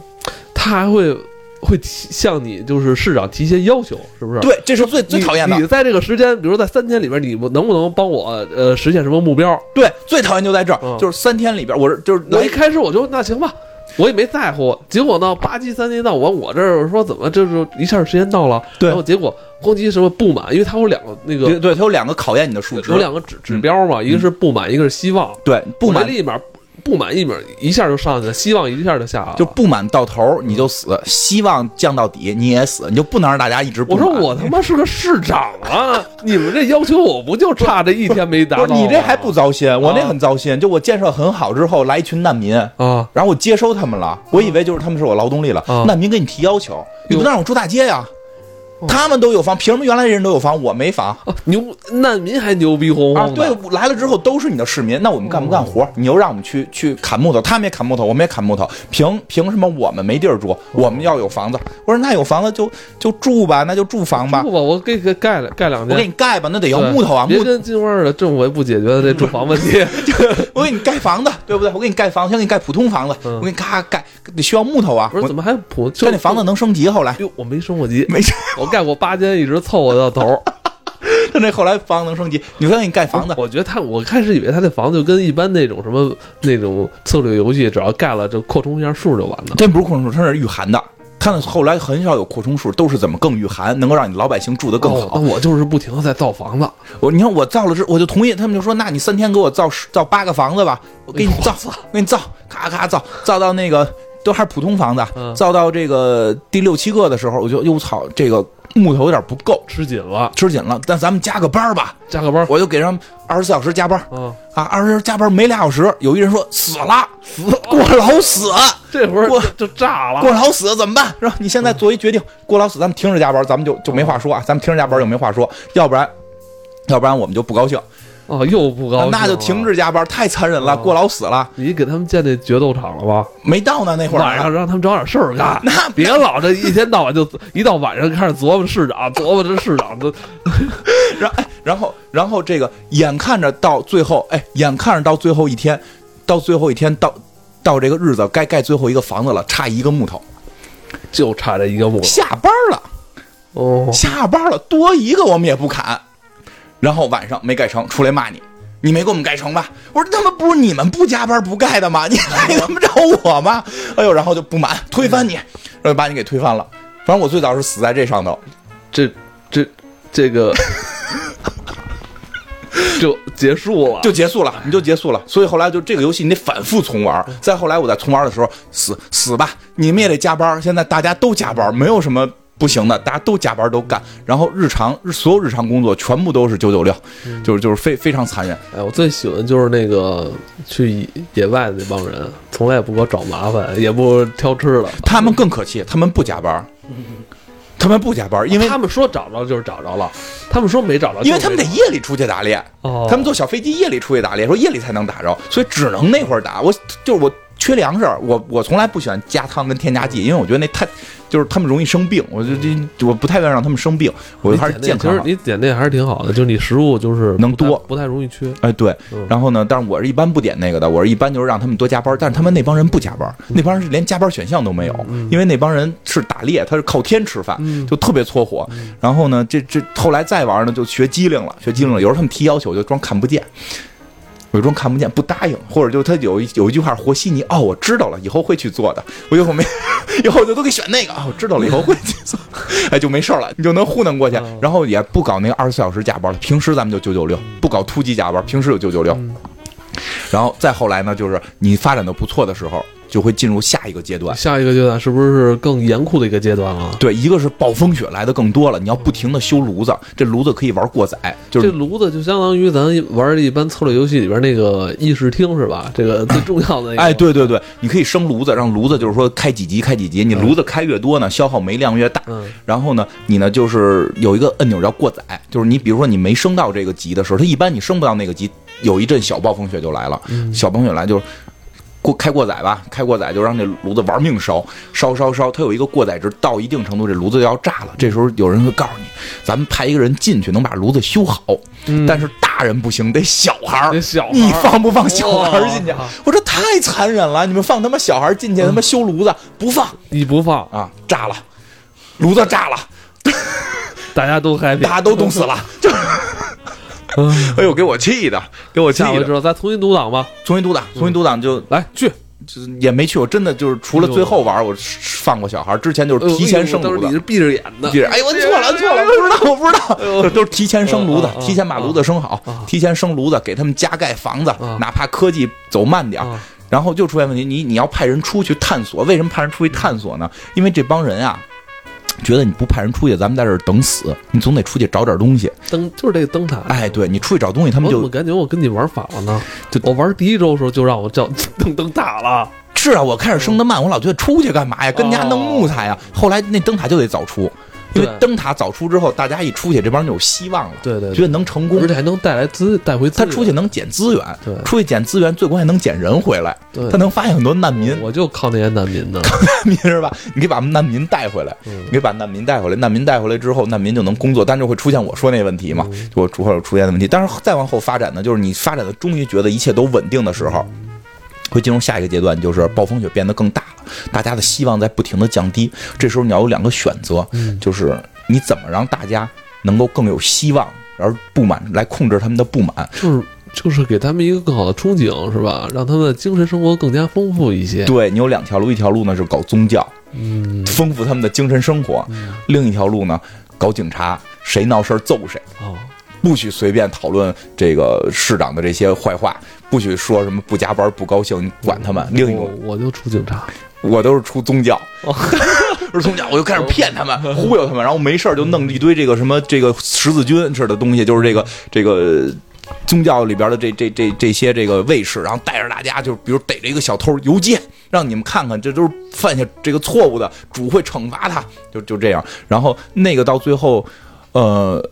[SPEAKER 1] 他还会会提向你就是市长提一些要求，是不是？
[SPEAKER 2] 对，这是最最
[SPEAKER 1] 你
[SPEAKER 2] 讨厌的
[SPEAKER 1] 你。在这个时间，比如在三天里边，你能不能帮我呃实现什么目标？
[SPEAKER 2] 对，最讨厌就在这儿，
[SPEAKER 1] 嗯
[SPEAKER 2] 就是三天里边，我是就是
[SPEAKER 1] 我
[SPEAKER 2] 来
[SPEAKER 1] 一开始我就那行吧，我也没在乎。结果呢，吧唧三天到我我这儿说怎么这就一下时间到了，
[SPEAKER 2] 对
[SPEAKER 1] 然后结果咣叽什么不满，因为它有两个那
[SPEAKER 2] 对
[SPEAKER 1] 个
[SPEAKER 2] 对，它有两个考验你的数值，
[SPEAKER 1] 有两个指指标嘛，一个是不满，一个是希望。
[SPEAKER 2] 对不
[SPEAKER 1] 我
[SPEAKER 2] 满
[SPEAKER 1] 这立马不满一秒一下就上去了，希望一下就下来了。
[SPEAKER 2] 就不满到头你就
[SPEAKER 1] 嗯
[SPEAKER 2] 死，希望降到底你也死，你就不能让大家一直不
[SPEAKER 1] 我说
[SPEAKER 2] 满
[SPEAKER 1] 我他妈是个市长啊！你们这要求我不就差这一天没达
[SPEAKER 2] 不
[SPEAKER 1] 到
[SPEAKER 2] 是
[SPEAKER 1] 吗？
[SPEAKER 2] 你这还不糟心，我那很糟心。就我建设很好之后，来一群难民，
[SPEAKER 1] 啊？
[SPEAKER 2] 然后我接收他们了，我以为就是他们是我劳动力了
[SPEAKER 1] 啊。
[SPEAKER 2] 难民给你提要求，你不能让我住大街呀？
[SPEAKER 1] 哦
[SPEAKER 2] 他们都有房，凭什么原来人都有房，我没房
[SPEAKER 1] 啊牛难民还牛逼哄
[SPEAKER 2] 啊
[SPEAKER 1] 哄？的，
[SPEAKER 2] 对，来了之后都是你的市民，那我们干不干
[SPEAKER 1] 哦
[SPEAKER 2] 活？你又让我们去去砍木头，他们也砍木头，我们也砍木头，凭凭什么我们没地儿
[SPEAKER 1] 哦
[SPEAKER 2] 住？我们要有房子。我说那有房子就就住吧，那就住房吧
[SPEAKER 1] 不，吧，我给给盖了盖两
[SPEAKER 2] 啊我给
[SPEAKER 1] 间。
[SPEAKER 2] 你盖吧，那得
[SPEAKER 1] 对
[SPEAKER 2] 要木头啊，木嗯
[SPEAKER 1] 别跟金花似的，政委不解决这住房问题。
[SPEAKER 2] 我给你盖房子，对不对？我给你盖房，先给你盖普通房子，
[SPEAKER 1] 嗯
[SPEAKER 2] 我给你咔盖，得需要木头啊。
[SPEAKER 1] 不是
[SPEAKER 2] 我
[SPEAKER 1] 怎么还普？就
[SPEAKER 2] 但那房子能升级，后来
[SPEAKER 1] 哟，我没升过级，
[SPEAKER 2] 没事，
[SPEAKER 1] 我盖过八间，一直凑合到头。
[SPEAKER 2] 他那后来房子能升级，你说给你盖 房子，
[SPEAKER 1] 我觉得他，我开始以为他那房子就跟一般那种什么那种策略游戏，只要盖了就扩充一下数就完了。
[SPEAKER 2] 真不是扩充数，它是御寒的。看到后来很少有扩充数，都是怎么更御寒，能够让你老百姓住得更
[SPEAKER 1] 哦
[SPEAKER 2] 好。
[SPEAKER 1] 那我就是不停的在造房子，
[SPEAKER 2] 我你看我造了之，我就同意，他们就说，那你三天给我造十造八个房子吧，我给你
[SPEAKER 1] 哎呦
[SPEAKER 2] 造，给你造，咔咔造，造到那个都还是普通房子，
[SPEAKER 1] 嗯
[SPEAKER 2] 造到这个第六七个的时候，我就哟操，这个木头有点不够，
[SPEAKER 1] 吃紧了，
[SPEAKER 2] 吃紧了，但咱们加个班儿吧。
[SPEAKER 1] 加个班。
[SPEAKER 2] 我就给他们二十四小时加班
[SPEAKER 1] 啊，
[SPEAKER 2] 啊，二十加班没俩小时，有一人说死了，死过劳死，
[SPEAKER 1] 这会儿
[SPEAKER 2] 我
[SPEAKER 1] 就炸了。
[SPEAKER 2] 过劳死怎么办？是吧？你现在做一决定，过劳死，咱们停止加班，咱们就就没话说啊，咱们停止加班就没话说，要不然。要不然我们就不高兴，
[SPEAKER 1] 哦，又不高兴了
[SPEAKER 2] 那就停。止加班，太残忍了，
[SPEAKER 1] 哦
[SPEAKER 2] 过劳死了，
[SPEAKER 1] 你给他们建那决斗场了吗？
[SPEAKER 2] 没到呢那会儿
[SPEAKER 1] 晚
[SPEAKER 2] 啊
[SPEAKER 1] 上，让他们找点事儿干，
[SPEAKER 2] 那
[SPEAKER 1] 别老这一天到晚就一到晚上开始琢磨市长，琢磨这市长的。
[SPEAKER 2] 然哎，然后然后这个眼看着到最后，哎，眼看着到最后一天，到最后一天到到这个日子该盖最后一个房子了，差一个木头，
[SPEAKER 1] 就差这一个木头。
[SPEAKER 2] 下班了。
[SPEAKER 1] 哦，
[SPEAKER 2] 下班了多一个我们也不砍，然后晚上没盖成，出来骂你，你没给我们盖成吧？我说他妈不是你们不加班不盖的吗？你还他妈找我吗？哎呦，然后就不满，推翻你，然后把你给推翻了。反正我最早是死在这上头，
[SPEAKER 1] 这这这个 就结束了。
[SPEAKER 2] 就结束了，你就结束了。所以后来就这个游戏你得反复重玩。再后来我在重玩的时候，死死吧，你们也得加班。现在大家都加班，没有什么不行的，大家都加班都干。然后日常日所有日常工作全部都是九九六，就是就是非非常残忍。
[SPEAKER 1] 哎，我最喜欢就是那个去野野外的那帮人，从来也不给我找麻烦，也不挑吃的。
[SPEAKER 2] 他们更可气，他们不加班儿，他们不加班儿，因为
[SPEAKER 1] 啊他们说找着就是找着了，他们说没找着就是没找着，
[SPEAKER 2] 因为他们得夜里出去打猎，
[SPEAKER 1] 哦，
[SPEAKER 2] 他们坐小飞机夜里出去打猎，说夜里才能打着，所以只能那会儿打。我就是我缺粮食，我我从来不喜欢加汤跟添加剂，因为我觉得那太就是他们容易生病，我就这我不太愿意让他们生病，我
[SPEAKER 1] 你
[SPEAKER 2] 还是
[SPEAKER 1] 点那
[SPEAKER 2] 健康
[SPEAKER 1] 其
[SPEAKER 2] 好
[SPEAKER 1] 实。你点那还是挺好的，就是你食物就是
[SPEAKER 2] 能
[SPEAKER 1] 不太
[SPEAKER 2] 多
[SPEAKER 1] 不太容易缺。
[SPEAKER 2] 哎，对
[SPEAKER 1] 嗯，
[SPEAKER 2] 然后呢？但是我是一般不点那个的，我是一般就是让他们多加班，但是他们那帮人不加班，
[SPEAKER 1] 嗯
[SPEAKER 2] 那帮人是连加班选项都没有，因为那帮人是打猎，他是靠天吃饭，
[SPEAKER 1] 嗯
[SPEAKER 2] 就特别搓火。然后呢，这这后来再玩呢，就学机灵了，学机灵了。有时候他们提要求，我就装看不见，我就装看不见，不答应，或者就他有一有一句话和稀泥，哦，我知道了，以后会去做的。我以后没， 以后我就都给选那个啊、我知道了，以后会去做， 哎，就没事儿了，你就能糊弄过去
[SPEAKER 1] 嗯。
[SPEAKER 2] 然后也不搞那个二十四小时加班了，平时咱们就九九六，不搞突击加班，平时有九九六。然后再后来呢，就是你发展的不错的时候，就会进入下一个阶段。
[SPEAKER 1] 下一个阶段是不是更严酷的一个阶段了？
[SPEAKER 2] 对，一个是暴风雪来的更多了，你要不停的修炉子，这炉子可以玩过载，就
[SPEAKER 1] 这
[SPEAKER 2] 是
[SPEAKER 1] 炉子就相当于咱玩一般策略游戏里边那个议事厅是吧？这个最重要的那个。
[SPEAKER 2] 哎，对对对，你可以生炉子，让炉子就是说开几级开几级，你炉子开越多呢，消耗煤量越大。
[SPEAKER 1] 嗯，
[SPEAKER 2] 然后呢，你呢就是有一个按钮叫过载，就是你比如说你没升到这个级的时候，它一般你升不到那个级，有一阵小暴风雪就来了，
[SPEAKER 1] 嗯
[SPEAKER 2] 小暴风雪来就是。过开过载吧，开过载就让这炉子玩命烧，烧烧烧，它有一个过载值，到一定程度这炉子就要炸了。这时候有人会告诉你，咱们派一个人进去能把炉子修好，但是大人不行，得小孩儿
[SPEAKER 1] 嗯得小孩儿
[SPEAKER 2] 你放不放小孩儿进去
[SPEAKER 1] 哇？
[SPEAKER 2] 我说太太残忍了！你们放他妈小孩进去，
[SPEAKER 1] 嗯
[SPEAKER 2] 他妈修炉子不放
[SPEAKER 1] 你不放，
[SPEAKER 2] 啊，炸了，炉子炸了，
[SPEAKER 1] 大家都 happy
[SPEAKER 2] 大。家都冻死了， 就，
[SPEAKER 1] 嗯
[SPEAKER 2] 哎呦，给我气的，给我气
[SPEAKER 1] 下回
[SPEAKER 2] 的
[SPEAKER 1] 之！后咱重新读档吧，
[SPEAKER 2] 重新读档，重新读档就
[SPEAKER 1] 来去。
[SPEAKER 2] 就是也没去，我真的就是除了最后玩，我放过小孩，之前就是提前生
[SPEAKER 1] 呃我
[SPEAKER 2] 炉
[SPEAKER 1] 当时你
[SPEAKER 2] 子
[SPEAKER 1] 是。闭着眼的，
[SPEAKER 2] 记着，哎呦，我错了，错了，不知道，我不
[SPEAKER 1] 啊
[SPEAKER 2] 知道，都是提前生炉子
[SPEAKER 1] 啊啊，啊啊
[SPEAKER 2] 提前把炉子生好，提前生炉子，给他们加盖房子，哪怕科技走慢点儿
[SPEAKER 1] 啊
[SPEAKER 2] 然后就出现问题，你你要派人出去探索，为什么派人出去探索呢？因为这帮人啊，觉得你不派人出去，咱们在这儿等死，你总得出去找点东西。
[SPEAKER 1] 灯就是这个灯塔。
[SPEAKER 2] 哎，对你出去找东西，他们
[SPEAKER 1] 我怎么
[SPEAKER 2] 就
[SPEAKER 1] 感觉我跟你玩反了呢
[SPEAKER 2] 就？
[SPEAKER 1] 我玩第一周的时候就让我叫灯灯塔了，
[SPEAKER 2] 是啊，我开始生的慢，我老觉得出去干嘛呀？跟家弄木材呀。后来那灯塔就得早出，因为
[SPEAKER 1] 嗯对
[SPEAKER 2] 灯塔早出之后，大家一出去，这帮人就有希望了，
[SPEAKER 1] 对对对
[SPEAKER 2] 觉得能成功
[SPEAKER 1] 而。且还能带来资带回资
[SPEAKER 2] 他
[SPEAKER 1] 源。
[SPEAKER 2] 出去能捡资源
[SPEAKER 1] 对，
[SPEAKER 2] 出去捡资源，最关键能捡人回来
[SPEAKER 1] 对。
[SPEAKER 2] 他能发现很多难民，
[SPEAKER 1] 我就靠那些难民呢。
[SPEAKER 2] 难民是吧？你可以把难民带回来，你可以把难民带回来。难民带回来之后，难民就能工作，但就会出现我说那问题嘛，就我会出现的问题。但是再往后发展呢，就是你发展的终于觉得一切都稳定的时候。会进入下一个阶段，就是暴风雪变得更大了，大家的希望在不停的降低。这时候你要有两个选择，就是你怎么让大家能够更有希望，而不满来控制他们的不满，
[SPEAKER 1] 就是就是给他们一个更好的憧憬，是吧？让他们的精神生活更加丰富一些。
[SPEAKER 2] 对你有两条路，一条路呢是搞宗教，嗯，丰富他们的精神生活；另一条路呢，搞警察，谁闹事儿揍谁，
[SPEAKER 1] 哦，
[SPEAKER 2] 不许随便讨论这个市长的这些坏话，不许说什么不加班不高兴，你管他们。另一
[SPEAKER 1] 我
[SPEAKER 2] 种，
[SPEAKER 1] 我就出警察，
[SPEAKER 2] 我都是出宗教
[SPEAKER 1] 哦。
[SPEAKER 2] 是宗 教，我就开始骗他们，忽悠他们，然后没事儿就弄一堆这个什么这个十字军似的东西，就是这个这个宗教里边的这这这这些这个卫士，然后带着大家，就是比如逮着一个小偷游街，让你们看看，这都是犯下这个错误的，主会惩罚他，就就这样。然后那个到最后，呃。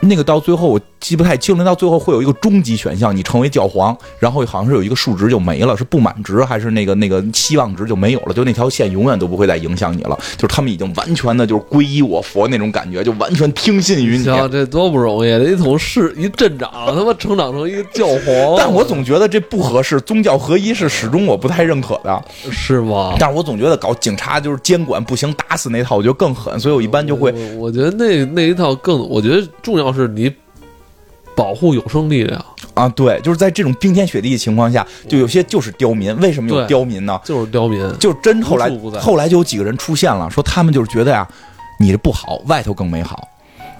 [SPEAKER 2] 那个到最后我记不太清了，到最后会有一个终极选项，你成为教皇，然后好像是有一个数值就没了，是不满值还是那个那个希望值就没有了，就那条线永远都不会再影响你了，就是他们已经完全的就是皈依我佛那种感觉，就完全听信于你。啊
[SPEAKER 1] 瞧这多不容易，一从市一镇长，他妈成长成一个教皇，
[SPEAKER 2] 但我总觉得这不合适，宗教合一是始终我不太认可
[SPEAKER 1] 哦
[SPEAKER 2] 的。
[SPEAKER 1] 是吗？
[SPEAKER 2] 但是我总觉得搞警察就是监管不行，打死那套我觉得更狠，所以我一般就会
[SPEAKER 1] 我我觉得那那一套更，我觉得重要是你保护有生力量，
[SPEAKER 2] 啊，对，就是在这种冰天雪地的情况下，就有些就是刁民。为什么有
[SPEAKER 1] 哦对
[SPEAKER 2] 刁民呢？
[SPEAKER 1] 就是刁民，
[SPEAKER 2] 就真后来
[SPEAKER 1] 无处不在
[SPEAKER 2] 后来就有几个人出现了，说他们就是觉得呀、你这不好，外头更美好。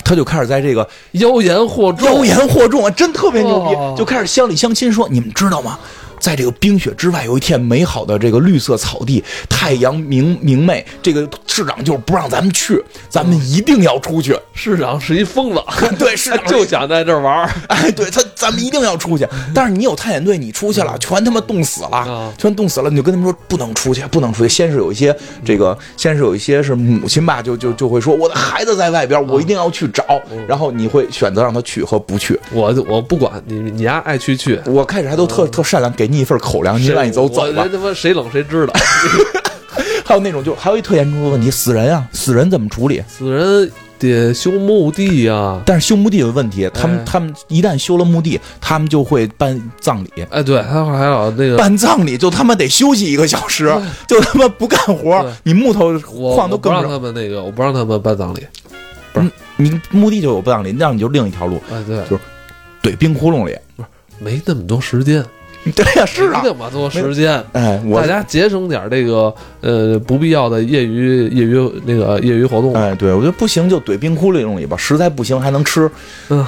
[SPEAKER 2] 他就开始在这个
[SPEAKER 1] 妖言惑众，
[SPEAKER 2] 妖言惑众啊，真特别牛逼
[SPEAKER 1] 哦，
[SPEAKER 2] 就开始乡里乡亲说：“你们知道吗？在这个冰雪之外，有一片美好的这个绿色草地，太阳明明媚。这个市长就是不让咱们去，咱
[SPEAKER 1] 嗯
[SPEAKER 2] 们一定要 出去。
[SPEAKER 1] 市长是一疯子，
[SPEAKER 2] 对， 市
[SPEAKER 1] 他
[SPEAKER 2] 长
[SPEAKER 1] 就嗯想在这儿玩儿。
[SPEAKER 2] 哎，对他，咱们一定要出去。但是你有探险队，你出去
[SPEAKER 1] 嗯
[SPEAKER 2] 了，全他妈冻死了
[SPEAKER 1] 啊，
[SPEAKER 2] 全冻死了。你就跟他们说不能出去，不能出去。先是有一些
[SPEAKER 1] 嗯
[SPEAKER 2] 这个，先是有一些是母亲吧，就就就会说我的孩子在外边，
[SPEAKER 1] 嗯
[SPEAKER 2] 我一定要去找。
[SPEAKER 1] 哦
[SPEAKER 2] 然后你会选择让他去和不去。
[SPEAKER 1] 我我不管你，你丫爱去去，
[SPEAKER 2] 我开始还都特特善良，给你一份口粮，啊你
[SPEAKER 1] 谁
[SPEAKER 2] 愿意走走
[SPEAKER 1] 嗯我
[SPEAKER 2] 吧
[SPEAKER 1] 这。他妈谁冷谁知道，
[SPEAKER 2] 还有那种就还有一特严重的问题，死人啊，死人怎么处理？
[SPEAKER 1] 死人得修墓地呀。
[SPEAKER 2] 但是修墓地有问题，他们
[SPEAKER 1] 哎
[SPEAKER 2] 他们一旦修了墓地，他们就会办葬礼。
[SPEAKER 1] 哎，对，他还老那个，
[SPEAKER 2] 办葬礼就他妈得休息一个小时，就他妈不干活
[SPEAKER 1] 对，
[SPEAKER 2] 你木头
[SPEAKER 1] 我
[SPEAKER 2] 晃都
[SPEAKER 1] 我不
[SPEAKER 2] 跟
[SPEAKER 1] 让
[SPEAKER 2] 着。
[SPEAKER 1] 他们那个，我不让他们办葬礼。
[SPEAKER 2] 你墓地就有葬礼，那你就另一条路，
[SPEAKER 1] 哎，对，
[SPEAKER 2] 怼冰窟窿里。
[SPEAKER 1] 没那么多时间，
[SPEAKER 2] 对呀， 是啊
[SPEAKER 1] 没，那么多时间。
[SPEAKER 2] 哎，我
[SPEAKER 1] 大家节省点这个呃不必要的业余业余那个业余活动。
[SPEAKER 2] 哎，对我觉得不行就怼冰窟窿里吧，实在不行还能吃。
[SPEAKER 1] 嗯，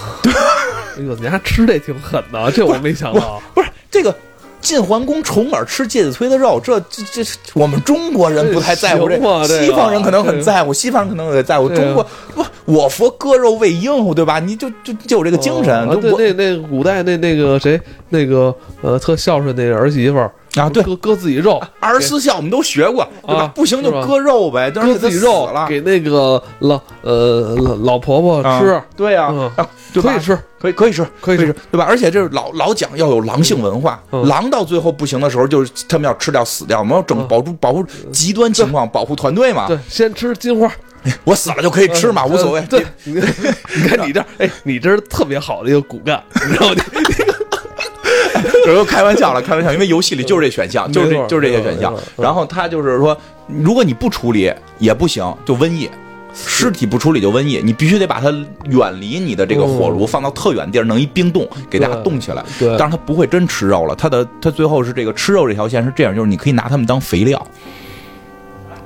[SPEAKER 1] 哎呦，你还吃这挺狠的，这我没想到。啊
[SPEAKER 2] 不是这个晋桓公重耳吃介子推的肉，这这这这我们中国人不太在乎这，
[SPEAKER 1] 这行吗这个
[SPEAKER 2] 西方人可能很在乎，西方人可能也在乎。
[SPEAKER 1] 对啊
[SPEAKER 2] 中国不，我佛割肉喂鹰狐，对吧？你就就就有这个精神，
[SPEAKER 1] 啊
[SPEAKER 2] 就我
[SPEAKER 1] 对，那那古代那那个谁，那个呃特孝顺那个儿媳妇儿
[SPEAKER 2] 啊，对，啊
[SPEAKER 1] 割割自己肉，
[SPEAKER 2] 二十四孝我们都学过，对吧？
[SPEAKER 1] 啊
[SPEAKER 2] 不行就是
[SPEAKER 1] 吧
[SPEAKER 2] 割肉呗，但是
[SPEAKER 1] 割自己肉
[SPEAKER 2] 了，
[SPEAKER 1] 给那个老呃老老婆婆
[SPEAKER 2] 啊
[SPEAKER 1] 吃，
[SPEAKER 2] 对呀
[SPEAKER 1] 嗯，
[SPEAKER 2] 啊对吧
[SPEAKER 1] 可以，吃，
[SPEAKER 2] 可以可以吃，
[SPEAKER 1] 可以
[SPEAKER 2] 吃
[SPEAKER 1] 吃，
[SPEAKER 2] 对吧？而且这是老老讲要有狼性文化，
[SPEAKER 1] 嗯
[SPEAKER 2] 狼到最后不行的时候，就是他们要吃掉死掉，我们要整
[SPEAKER 1] 嗯
[SPEAKER 2] 保住保护极端情况，保护团队嘛。
[SPEAKER 1] 对，先吃金花，
[SPEAKER 2] 我死了就可以吃嘛，无所谓
[SPEAKER 1] 呃。对，你 你看你这儿，哎，你这是特别好的一个骨干，你知道吗？
[SPEAKER 2] 这都开玩笑了，开玩笑，因为游戏里就是这选项，就是
[SPEAKER 1] 没
[SPEAKER 2] 这
[SPEAKER 1] 错
[SPEAKER 2] 就是这些选项
[SPEAKER 1] 没错没。错
[SPEAKER 2] 然后他就是说，如果你不处理也不行，就瘟疫。尸体不处理就瘟疫，你必须得把它远离你的这个火炉，
[SPEAKER 1] 嗯
[SPEAKER 2] 放到特远地儿，弄一冰冻给大家
[SPEAKER 1] 对
[SPEAKER 2] 冻起来。
[SPEAKER 1] 对
[SPEAKER 2] 但是它不会真吃肉了，它的它最后是这个吃肉这条线是这样，就是你可以拿它们当肥料，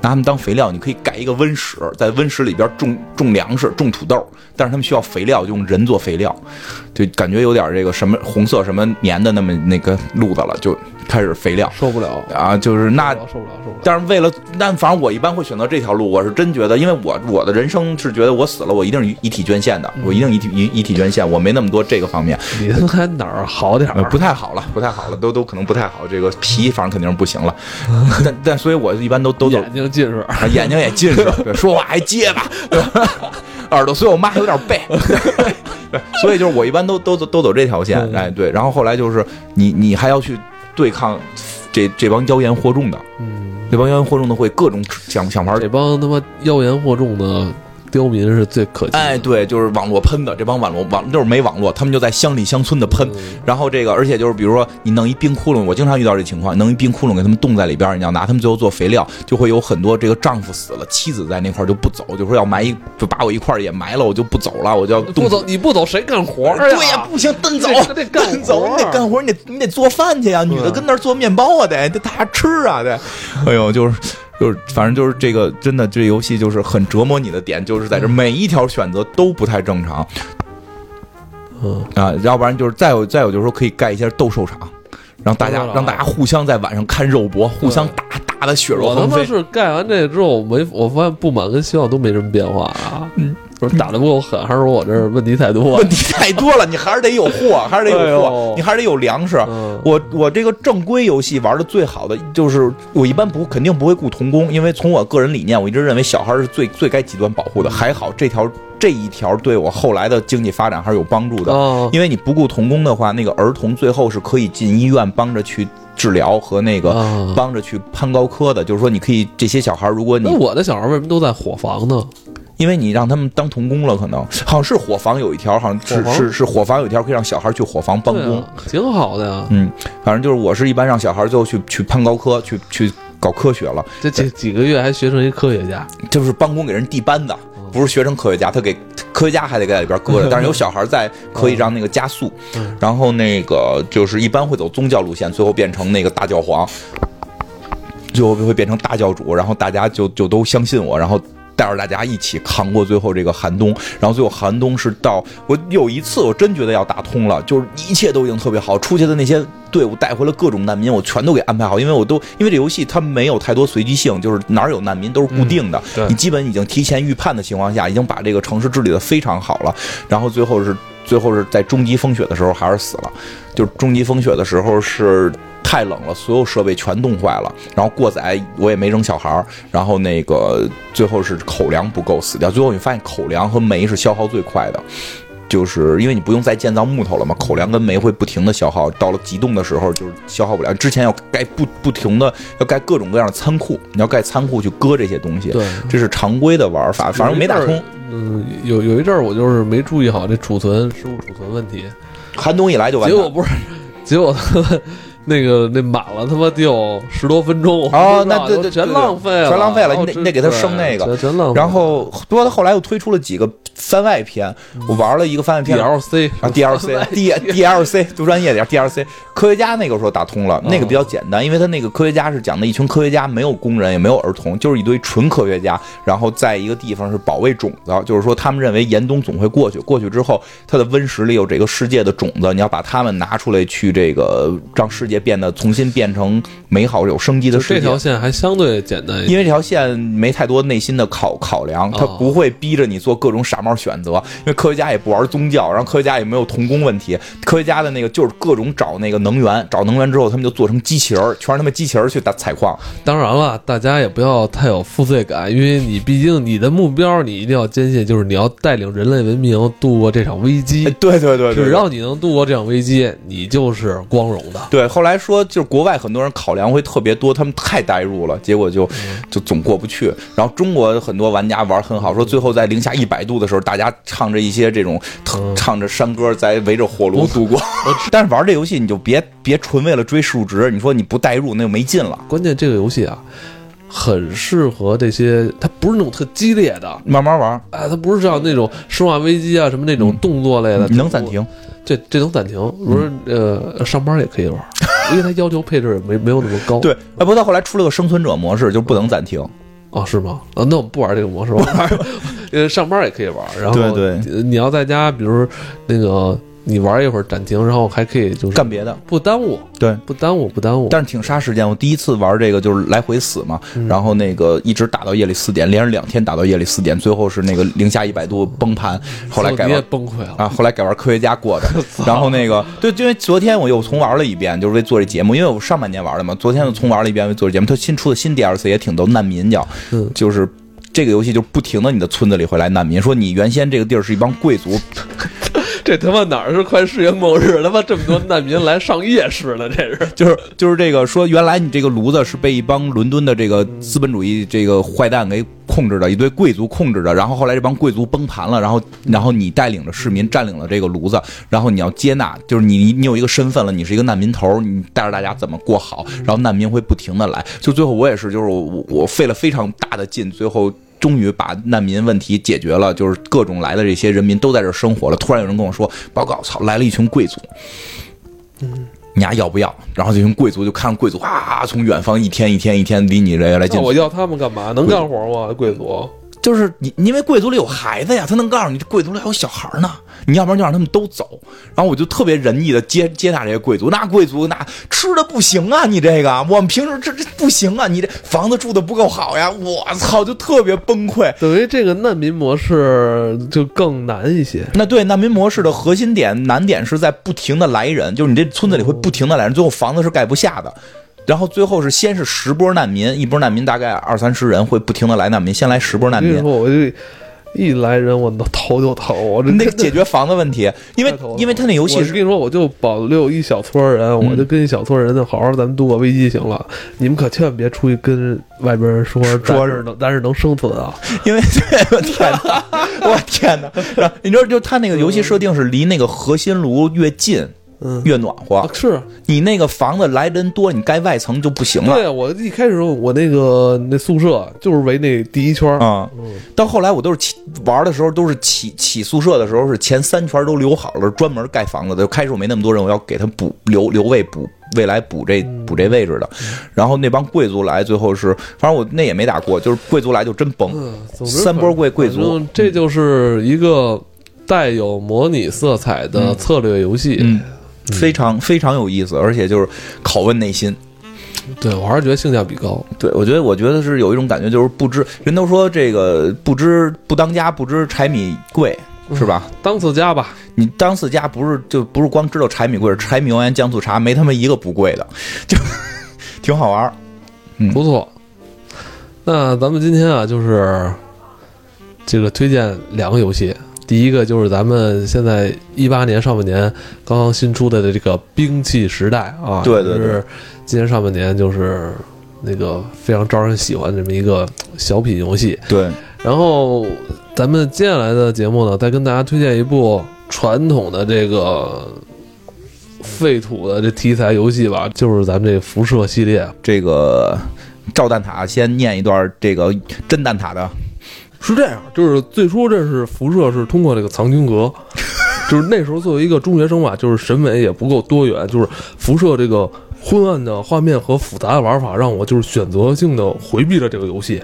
[SPEAKER 2] 拿它们当肥料，你可以盖一个温室，在温室里边种种粮食、种土豆，但是它们需要肥料，就用人做肥料，就感觉有点这个什么红色什么年的那么那个路子了，就开始肥料
[SPEAKER 1] 受不了，
[SPEAKER 2] 啊，就是那
[SPEAKER 1] 受不了，受不了。
[SPEAKER 2] 但是为了，但反正我一般会选择这条路，我是真觉得，因为我我的人生是觉得我死了，我一定是遗体捐献的，我一定遗体遗遗体捐献，我没那么多这个方面，
[SPEAKER 1] 你他妈还哪儿好点
[SPEAKER 2] 呃
[SPEAKER 1] 儿？
[SPEAKER 2] 不太好了，不太好了，都都可能不太好，这个皮反正肯定是不行了， 但但所以我一般都都走
[SPEAKER 1] 眼睛近视，
[SPEAKER 2] 啊眼睛也近视，对说话还结巴，对吧耳朵随我妈有点背，对所以就是我一般都都走都走这条线，
[SPEAKER 1] 嗯
[SPEAKER 2] 哎对，然后后来就是你你还要去对抗这这帮妖言惑众的，
[SPEAKER 1] 嗯，
[SPEAKER 2] 这帮妖言惑众的会各种想想玩
[SPEAKER 1] 这帮他妈妖言惑众的刁民是最可气的。
[SPEAKER 2] 哎，对，就是网络喷的，这帮网络网就是没网络，他们就在乡里乡村的喷。
[SPEAKER 1] 嗯
[SPEAKER 2] 然后这个，而且就是比如说你弄一冰窟窿，我经常遇到这情况，弄一冰窟窿给他们冻在里边儿，你要拿他们最后做肥料，就会有很多这个丈夫死了，妻子在那块儿就不走，就说要埋一，就把我一块儿也埋了，我就不走了，我就要
[SPEAKER 1] 不
[SPEAKER 2] 冻死
[SPEAKER 1] 走你不走谁干活儿啊
[SPEAKER 2] 对呀，不行，蹬走，
[SPEAKER 1] 这这得干活啊
[SPEAKER 2] 蹬走，你得干活，你得你得做饭去呀。啊女的跟那儿做面包啊，得得大家吃啊，得。哎呦，就是就是，反正就是这个，真的这游戏就是很折磨你的点，就是在这每一条选择都不太正常
[SPEAKER 1] 嗯，
[SPEAKER 2] 啊。要不然就是再有再有就是说可以盖一些斗兽场，让大
[SPEAKER 1] 斗
[SPEAKER 2] 家
[SPEAKER 1] 兽场
[SPEAKER 2] 让大家互相在晚上看肉搏，互相打打的血肉
[SPEAKER 1] 我他
[SPEAKER 2] 横
[SPEAKER 1] 妈
[SPEAKER 2] 飞。
[SPEAKER 1] 是盖完这之后没，我发现不满跟希望都没什么变化啊。嗯，不是打的不够狠，还是说我这儿问题太多
[SPEAKER 2] 问？题太多了，你还是得有货，还是得
[SPEAKER 1] 哎
[SPEAKER 2] 有货
[SPEAKER 1] 呦，
[SPEAKER 2] 你还是得有粮食。
[SPEAKER 1] 嗯
[SPEAKER 2] 我我这个正规游戏玩的最好的就是我一般不肯定不会雇童工，因为从我个人理念，我一直认为小孩是最最该极端保
[SPEAKER 1] 嗯
[SPEAKER 2] 护的。还好这条这一条对我后来的经济发展还是有帮助的，
[SPEAKER 1] 哦，
[SPEAKER 2] 因为你不雇童工的话，那个儿童最后是可以进医院帮着去治疗和那个
[SPEAKER 1] 啊
[SPEAKER 2] 帮着去攀高科的，就是说你可以这些小孩，如果你
[SPEAKER 1] 那我的小孩为什么都在伙房呢？
[SPEAKER 2] 因为你让他们当童工了，可能好像是伙房有一条，好像
[SPEAKER 1] 伙
[SPEAKER 2] 是
[SPEAKER 1] 房
[SPEAKER 2] 是是伙房有一条可以让小孩去伙房帮
[SPEAKER 1] 对
[SPEAKER 2] 工。
[SPEAKER 1] 啊，挺好的呀。
[SPEAKER 2] 嗯，反正就是我是一般让小孩最后去去攀高科，去去搞科学了，
[SPEAKER 1] 这几几个月还学成一科学家，
[SPEAKER 2] 就是帮工给人递班子，不是学生科学家，他给科学家还得在里边搁着，但是有小孩在可以让那个加速
[SPEAKER 1] 嗯，
[SPEAKER 2] 然后那个就是一般会走宗教路线，最后变成那个大教皇，最后会变成大教主，然后大家就就都相信我，然后。带着大家一起扛过最后这个寒冬，然后最后寒冬是到我有一次我真觉得要打通了，就是一切都已经特别好，出去的那些队伍带回来各种难民，我全都给安排好，因为我都因为这游戏它没有太多随机性，就是哪儿有难民都是固定的，
[SPEAKER 1] 对
[SPEAKER 2] 你基本已经提前预判的情况下，已经把这个城市治理的非常好了，然后最后是最后是在终极风雪的时候还是死了，就是终极风雪的时候是太冷了，所有设备全冻坏了，然后过载我也没扔小孩儿，然后那个最后是口粮不够死掉，最后你发现口粮和煤是消耗最快的。就是因为你不用再建造木头了嘛，口粮跟煤会不停的消耗，到了极冻的时候就是消耗不了。之前要盖不不停的要盖各种各样的仓库，你要盖仓库去搁这些东西，
[SPEAKER 1] 对，
[SPEAKER 2] 这是常规的玩法，反正没打
[SPEAKER 1] 有一阵
[SPEAKER 2] 通
[SPEAKER 1] 儿。。嗯，有有一阵儿我就是没注意好这储存食物储存问题，
[SPEAKER 2] 寒冬一来就完
[SPEAKER 1] 结
[SPEAKER 2] 蛋
[SPEAKER 1] 果不是，结果 他妈那个那满了他妈得有十多分钟，我不
[SPEAKER 2] 哦
[SPEAKER 1] 知道
[SPEAKER 2] 那对对
[SPEAKER 1] 都全
[SPEAKER 2] 对
[SPEAKER 1] 浪费了，
[SPEAKER 2] 全浪费了
[SPEAKER 1] 哦
[SPEAKER 2] 你得
[SPEAKER 1] 真
[SPEAKER 2] 你得给他生那个
[SPEAKER 1] 对全全浪费了。
[SPEAKER 2] 然后，不过他后来又推出了几个番外篇，我玩了一个番外篇。
[SPEAKER 1] DLC
[SPEAKER 2] 啊，DLC、D DLC 读专业点儿，DLC 科学家那个时候打通
[SPEAKER 1] 嗯
[SPEAKER 2] 了，那个比较简单，因为他那个科学家是讲的一群科学家，没有工人，也没有儿童，就是一堆纯科学家，然后在一个地方是保卫种子，就是说他们认为严冬总会过去，过去之后，它的温室里有这个世界的种子，你要把它们拿出来去这个让世界变得重新变成美好有生机的
[SPEAKER 1] 就
[SPEAKER 2] 世界。
[SPEAKER 1] 这条线还相对简单一
[SPEAKER 2] 因
[SPEAKER 1] 点，
[SPEAKER 2] 为这条线没太多内心的考考量，他
[SPEAKER 1] 哦
[SPEAKER 2] 不会逼着你做各种傻帽选择。因为科学家也不玩宗教，然后科学家也没有童工问题。科学家的那个就是各种找那个能源，找能源之后，他们就做成机器人儿，全是他们机器人儿去打采矿。
[SPEAKER 1] 当然了，大家也不要太有负罪感，因为你毕竟你的目标，你一定要坚信，就是你要带领人类文明度过这场危
[SPEAKER 2] 哎
[SPEAKER 1] 机。，
[SPEAKER 2] 对对对对
[SPEAKER 1] 只
[SPEAKER 2] 对。
[SPEAKER 1] 要你能度过这场危机，你就是光荣的。
[SPEAKER 2] 对，后来说就是国外很多人考量会特别多，他们太代入了，
[SPEAKER 1] 嗯
[SPEAKER 2] 结果就就总过不去。然后中国很多玩家玩很好，说最后在零下一百度的时候，大家唱着一些这种
[SPEAKER 1] 嗯
[SPEAKER 2] 唱着山歌，在围着火炉度过。 但是玩这游戏你就别别纯为了追数值，你说你不代入那就没劲了。
[SPEAKER 1] 关键这个游戏啊，很适合这些，它不是那种特激烈的，
[SPEAKER 2] 慢慢玩，
[SPEAKER 1] 啊，它不是像那种《生化危机》啊什么那种动作类的，
[SPEAKER 2] 嗯你能暂停。
[SPEAKER 1] 这这能暂停。我说呃，上班也可以玩，因为它要求配置也没没有那么高。
[SPEAKER 2] 对，哎，不过到后来出了个生存者模式，就不能暂停。
[SPEAKER 1] 哦，是吗？啊，那我们不玩这个模式，我玩，呃，上班也可以玩。然后
[SPEAKER 2] 对对
[SPEAKER 1] 呃你要在家，比如那个你玩一会儿暂停，然后还可以就是
[SPEAKER 2] 干别的。
[SPEAKER 1] 不耽误，
[SPEAKER 2] 对，
[SPEAKER 1] 不耽误，不耽误。
[SPEAKER 2] 但是挺杀时间。我第一次玩这个就是来回死嘛，然后那个一直打到夜里四点，连着两天打到夜里四点，最后是那个零下一百度崩盘，后来改
[SPEAKER 1] 你也
[SPEAKER 2] 玩。
[SPEAKER 1] 崩溃了。
[SPEAKER 2] 啊，后来改玩科学家过的，然后那个对，因为昨天我又重玩了一遍，就是为做这节目，因为我上半年玩的嘛，昨天又重玩了一遍为做这节目。它新出的新 DLC 也挺逗，难民叫，
[SPEAKER 1] 嗯
[SPEAKER 2] 就是这个游戏就不停的你的村子里会来难民，说你原先这个地儿是一帮贵族，
[SPEAKER 1] 这他妈哪儿是快世界末日？他妈这么多难民来上夜市了，这是。
[SPEAKER 2] 就是就是这个说，原来你这个炉子是被一帮伦敦的这个资本主义这个坏蛋给控制的，一堆贵族控制的。然后后来这帮贵族崩盘了，然后然后你带领着市民占领了这个炉子，然后你要接纳，就是你你有一个身份了，你是一个难民头，你带着大家怎么过好，然后难民会不停的来。就最后我也是，就是我我我费了非常大的劲，最后。终于把难民问题解决了，就是各种来的这些人民都在这儿生活了。突然有人跟我说：“报告，操，来了一群贵族。”你丫要不要？然后这群贵族就看着贵族啊，从远方一天一天一天离你这越来
[SPEAKER 1] 那
[SPEAKER 2] 近，
[SPEAKER 1] 啊我要他们干嘛？能干活吗？贵族？
[SPEAKER 2] 就是你，因为贵族里有孩子呀，他能告诉你，这贵族里还有小孩呢。你要不然就让他们都走。然后我就特别仁义的接接纳这些贵族，那贵族那吃的不行啊，你这个我们平时这这不行啊，你这房子住的不够好呀，我操，就特别崩溃。
[SPEAKER 1] 等于这个难民模式就更难一些。
[SPEAKER 2] 那对难民模式的核心点难点是在不停的来人，就是你这村子里会不停的来人，最后房子是盖不下的。然后最后是先是十波难民，一波难民大概二三十人会不停的来难民，先来十波难
[SPEAKER 1] 那时
[SPEAKER 2] 民
[SPEAKER 1] 候，我就一来人我头就疼，我这
[SPEAKER 2] 那个解决房子问题，因为
[SPEAKER 1] 太头疼了
[SPEAKER 2] 因为他那游戏嗯
[SPEAKER 1] 我跟你说，我就保留一小撮人，我就跟一小撮人好好咱们度过危机行了。你们可千万别出去跟外边人说，咱是能咱是能生存啊！
[SPEAKER 2] 因为我天哪，我天哪！然后你知道，就他那个游戏设定是离那个核心炉越近
[SPEAKER 1] 嗯，
[SPEAKER 2] 越暖和
[SPEAKER 1] 啊，是
[SPEAKER 2] 你那个房子来人多，你盖外层就不行了。
[SPEAKER 1] 对啊我一开始我那个那宿舍就是围那第一圈儿，
[SPEAKER 2] 啊、到后来我都是起玩的时候都是起起宿舍的时候是前三圈都留好了，专门盖房子的。就开始我没那么多人，我要给他补留留位补未来补这补这位置的。然后那帮贵族来，最后是反正我那也没打过，就是贵族来就真崩。
[SPEAKER 1] 嗯，总之
[SPEAKER 2] 三波贵贵
[SPEAKER 1] 反
[SPEAKER 2] 族，
[SPEAKER 1] 正这就是一个带有模拟色彩的策略游戏。
[SPEAKER 2] 嗯，非常非常有意思，而且就是拷问内心。
[SPEAKER 1] 对我还是觉得性价比高。
[SPEAKER 2] 对，我觉得，我觉得是有一种感觉，就是不知人都说这个不知不当家，不知柴米贵，是吧？
[SPEAKER 1] 当次家吧，
[SPEAKER 2] 你当次家不是就不是光知道柴米贵，柴米油盐酱醋茶没他妈一个不贵的， 就挺好玩儿。嗯
[SPEAKER 1] 不错。那咱们今天啊，就是这个推荐两个游戏。第一个就是咱们现在一八年上半年刚刚新出的这个《兵器时代》啊，
[SPEAKER 2] 对对对
[SPEAKER 1] 就是今年上半年就是那个非常招人喜欢的这么一个小品游戏。
[SPEAKER 2] 对，
[SPEAKER 1] 然后咱们接下来的节目呢，再跟大家推荐一部传统的这个废土的这题材游戏吧，就是咱们这辐射系列。
[SPEAKER 2] 这个赵蛋挞先念一段这个真蛋挞的，
[SPEAKER 1] 是这样，就是最初这是辐射是通过这个藏经阁，就是那时候作为一个中学生吧，就是审美也不够多元，就是辐射这个昏暗的画面和复杂的玩法，让我就是选择性的回避了这个游戏。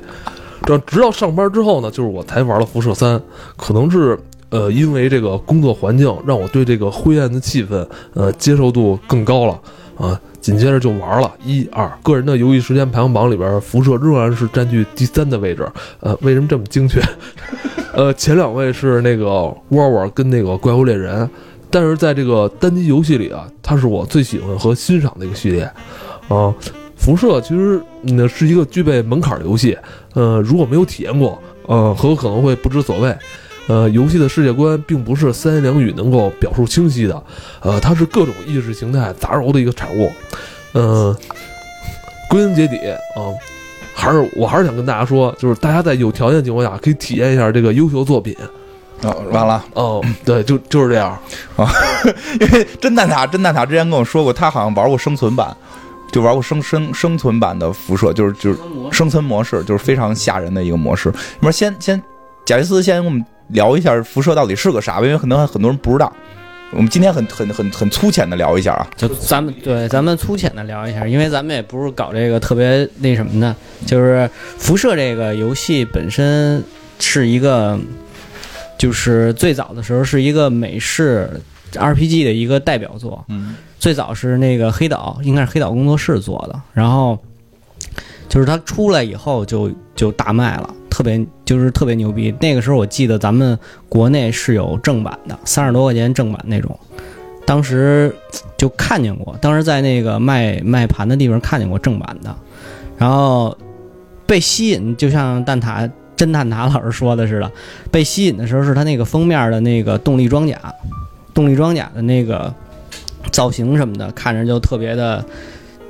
[SPEAKER 1] 这直到上班之后呢，就是我才玩了辐射三，可能是。呃，因为这个工作环境让我对这个灰暗的气氛，呃，接受度更高了啊。紧接着就玩了一二，个人的游戏时间排行榜里边，辐射仍然是占据第三的位置。呃，为什么这么精确？ 呃，前两位是那个沃沃跟那个怪物猎人，但是在这个单机游戏里啊，它是我最喜欢和欣赏的一个序列。啊、辐射其实嗯是一个具备门槛的游戏，呃，如果没有体验过，呃，很有可能会不知所谓。呃，游戏的世界观并不是三言两语能够表述清晰的，呃，它是各种意识形态杂糅的一个产物。嗯，归根结底啊、还是我还是想跟大家说，就是大家在有条件情况下可以体验一下这个优秀作品，
[SPEAKER 2] 然后完了，
[SPEAKER 1] 哦，对，就就是这样。
[SPEAKER 2] 因为侦探塔，侦探塔之前跟我说过，他好像玩过生存版，就玩过生生生存版的辐射，就是就是生存模式，就是非常吓人的一个模式。那么先先，贾维斯先跟我们聊一下辐射到底是个啥吧，因为可能很多人不知道。我们今天很很很很粗浅的聊一下啊，
[SPEAKER 3] 就咱们对咱们粗浅的聊一下，因为咱们也不是搞这个特别那什么的，就是辐射这个游戏本身是一个，就是最早的时候是一个美式 RPG 的一个代表作，
[SPEAKER 2] 嗯，
[SPEAKER 3] 最早是那个黑岛，应该是黑岛工作室做的，然后就是它出来以后就就大卖了，特别就是特别牛逼。那个时候我记得咱们国内是有正版的，三十多块钱正版那种，当时就看见过，当时在那个卖卖盘的地方看见过正版的，然后被吸引，就像蛋塔。侦探塔老师说的似的，被吸引的时候是它那个封面的那个动力装甲，动力装甲的那个造型什么的，看着就特别的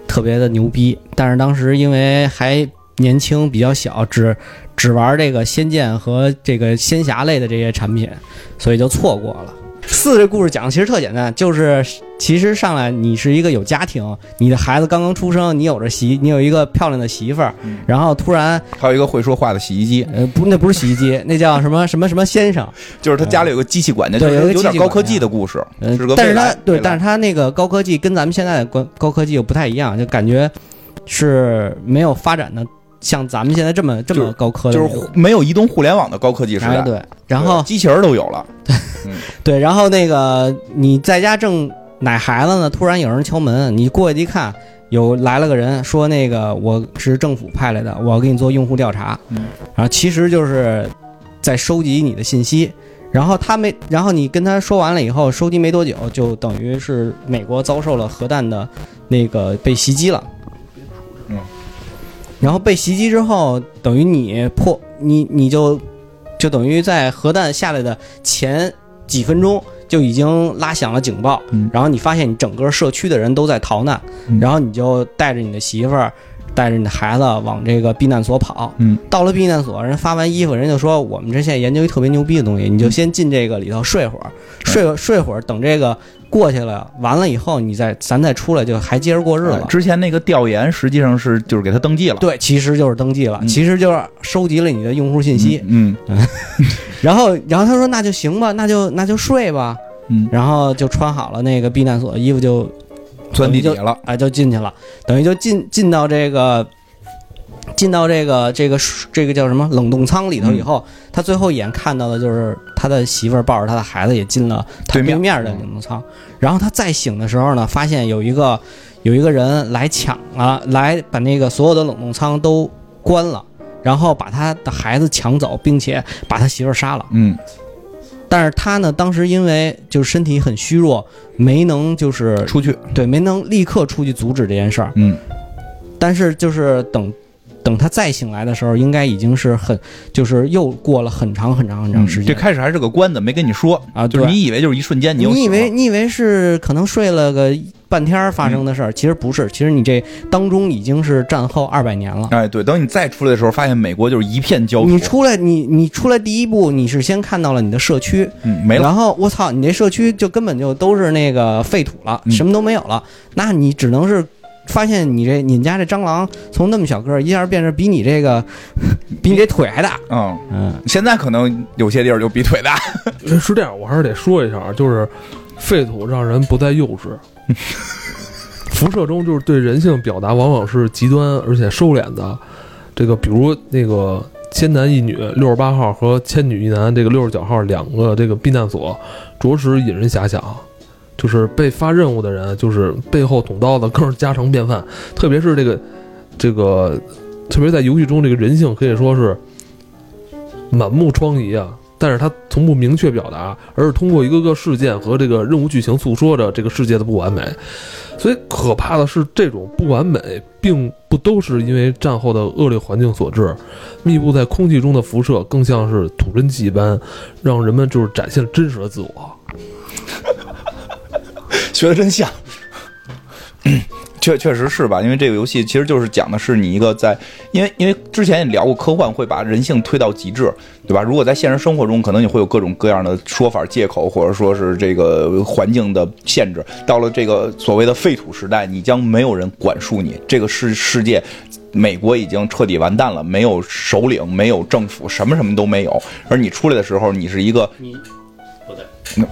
[SPEAKER 3] 特别的牛逼。但是当时因为还年轻，比较小，只只玩这个仙剑和这个仙侠类的这些产品，所以就错过了。四这故事讲的其实特简单，就是其实上来你是一个有家庭，你的孩子刚刚出生，你有着媳，你有一个漂亮的媳妇儿，
[SPEAKER 2] 嗯
[SPEAKER 3] 然后突然
[SPEAKER 2] 还有一个会说话的洗衣机，
[SPEAKER 3] 呃不那不是洗衣机，那叫什么什么什么先生，
[SPEAKER 2] 就是他家里有个机器管家，就
[SPEAKER 3] 对有一
[SPEAKER 2] 是嗯
[SPEAKER 3] 个
[SPEAKER 2] 有点
[SPEAKER 3] 机器
[SPEAKER 2] 高
[SPEAKER 3] 管
[SPEAKER 2] 科技
[SPEAKER 3] 家
[SPEAKER 2] 的故事，
[SPEAKER 3] 嗯
[SPEAKER 2] 是个，
[SPEAKER 3] 但
[SPEAKER 2] 未
[SPEAKER 3] 是
[SPEAKER 2] 来
[SPEAKER 3] 它对，
[SPEAKER 2] 未来
[SPEAKER 3] 但是它那个高科技跟咱们现在的高高科技又不太一样，就感觉是没有发展的像咱们现在这么这么高科技，
[SPEAKER 2] 就是没有移动互联网的高科技时代
[SPEAKER 3] 哎，对，然后
[SPEAKER 2] 对机器人都有了，
[SPEAKER 3] 对，然后那个你在家正奶孩子呢，突然有人敲门，你过去一看，有来了个人，说那个我是政府派来的，我要给你做用户调查，
[SPEAKER 2] 嗯
[SPEAKER 3] 然后其实就是在收集你的信息。然后他没，然后你跟他说完了以后，收集没多久，就等于是美国遭受了核弹的那个被袭击了。
[SPEAKER 2] 嗯。
[SPEAKER 3] 然后被袭击之后，等于你破你你就就等于在核弹下来的前几分钟就已经拉响了警报，
[SPEAKER 2] 嗯
[SPEAKER 3] 然后你发现你整个社区的人都在逃难，
[SPEAKER 2] 嗯
[SPEAKER 3] 然后你就带着你的媳妇儿，带着你的孩子往这个避难所跑。
[SPEAKER 2] 嗯，
[SPEAKER 3] 到了避难所，人发完衣服，人就说我们这现在研究一特别牛逼的东西，你就先进这个里头睡会儿，
[SPEAKER 2] 嗯
[SPEAKER 3] 睡会儿睡会儿，等这个过去了，完了以后你再咱再出来，就还接着过日子
[SPEAKER 2] 哎。之前那个调研实际上是就是给他登记了，
[SPEAKER 3] 对，其实就是登记了，
[SPEAKER 2] 嗯
[SPEAKER 3] 其实就是收集了你的用户信息。
[SPEAKER 2] 嗯
[SPEAKER 3] 然后，然后他说那就行吧，那就那就睡吧。
[SPEAKER 2] 嗯，
[SPEAKER 3] 然后就穿好了那个避难所的衣服就，
[SPEAKER 2] 钻地底了，
[SPEAKER 3] 啊就进去了，等于就进进到这个，进到这个这个这个叫什么冷冻舱里头以后，
[SPEAKER 2] 嗯
[SPEAKER 3] 他最后一眼看到的就是他的媳妇儿抱着他的孩子也进了他
[SPEAKER 2] 对面
[SPEAKER 3] 对面的冷冻舱，然后他再醒的时候呢，发现有一个有一个人来抢了，来把那个所有的冷冻舱都关了，然后把他的孩子抢走，并且把他媳妇儿杀了。
[SPEAKER 2] 嗯，
[SPEAKER 3] 但是他呢，当时因为就是身体很虚弱，没能就是
[SPEAKER 2] 出去，
[SPEAKER 3] 对，没能立刻出去阻止这件事儿。
[SPEAKER 2] 嗯
[SPEAKER 3] 但是就是等等他再醒来的时候，应该已经是很就是又过了很长很长很长
[SPEAKER 2] 嗯
[SPEAKER 3] 时
[SPEAKER 2] 这
[SPEAKER 3] 间。
[SPEAKER 2] 开始还是个关子，没跟你说，
[SPEAKER 3] 啊，
[SPEAKER 2] 就是
[SPEAKER 3] 对
[SPEAKER 2] 你以为就是一瞬间，又
[SPEAKER 3] 你以
[SPEAKER 2] 醒了
[SPEAKER 3] 为你以为是可能睡了个半天儿发生的事
[SPEAKER 2] 嗯
[SPEAKER 3] 儿，其实不是，其实你这当中已经是战后二百年了。
[SPEAKER 2] 哎，对，等你再出来的时候，发现美国就是一片焦土，
[SPEAKER 3] 你出来，你你出来第一步，你是先看到了你的社区，
[SPEAKER 2] 嗯没了，
[SPEAKER 3] 然后我操，你这社区就根本就都是那个废土了，
[SPEAKER 2] 嗯
[SPEAKER 3] 什么都没有了。那你只能是发现你这你们家这蟑螂从那么小个儿一下变成比你这个 比你这腿还大。
[SPEAKER 2] 嗯，
[SPEAKER 3] 嗯，
[SPEAKER 2] 现在可能有些地儿就比腿大，
[SPEAKER 1] 呃是这样，我还是得说一下，啊就是废土让人不再幼稚。辐射中就是对人性表达往往是极端而且收敛的，这个比如那个千男一女六十八号和千女一男这个六十九号两个这个避难所，着实引人遐想。就是被发任务的人，就是背后捅刀的更是家常便饭，特别是这个这个，特别在游戏中这个人性可以说是满目疮痍啊，但是他从不明确表达，而是通过一个个事件和这个任务剧情诉说着这个世界的不完美。所以可怕的是，这种不完美并不都是因为战后的恶劣环境所致，密布在空气中的辐射更像是吐真气一般，让人们就是展现真实的自我。
[SPEAKER 2] 学的真像。确确实是吧？因为这个游戏其实就是讲的是你一个在，因为因为之前也聊过，科幻会把人性推到极致，对吧？如果在现实生活中，可能也会有各种各样的说法、借口，或者说是这个环境的限制。到了这个所谓的废土时代，你将没有人管束你，这个世世界。美国已经彻底完蛋了，没有首领，没有政府，什么什么都没有。而你出来的时候，你是一个
[SPEAKER 3] 你不对，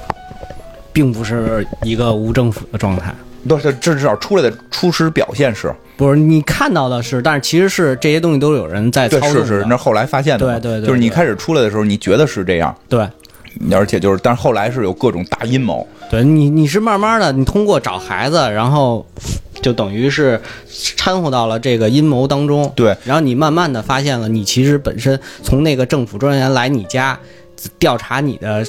[SPEAKER 3] 并不是一个无政府的状态。
[SPEAKER 2] 不是，至少出来的初始表现是，
[SPEAKER 3] 不是你看到的是，但是其实是这些东西都有人在操
[SPEAKER 2] 对，
[SPEAKER 3] 纵
[SPEAKER 2] 是
[SPEAKER 3] 的。
[SPEAKER 2] 是，那后来发现的嘛，
[SPEAKER 3] 对对对
[SPEAKER 2] 就是你
[SPEAKER 3] 对
[SPEAKER 2] 开始出来的时候，你觉得是这样，
[SPEAKER 3] 对
[SPEAKER 2] 而且就是，但是后来是有各种大阴谋，
[SPEAKER 3] 对，你你是慢慢的，你通过找孩子，然后就等于是掺和到了这个阴谋当中。
[SPEAKER 2] 对，
[SPEAKER 3] 然后你慢慢的发现了，你其实本身从那个政府专员来你家调查你的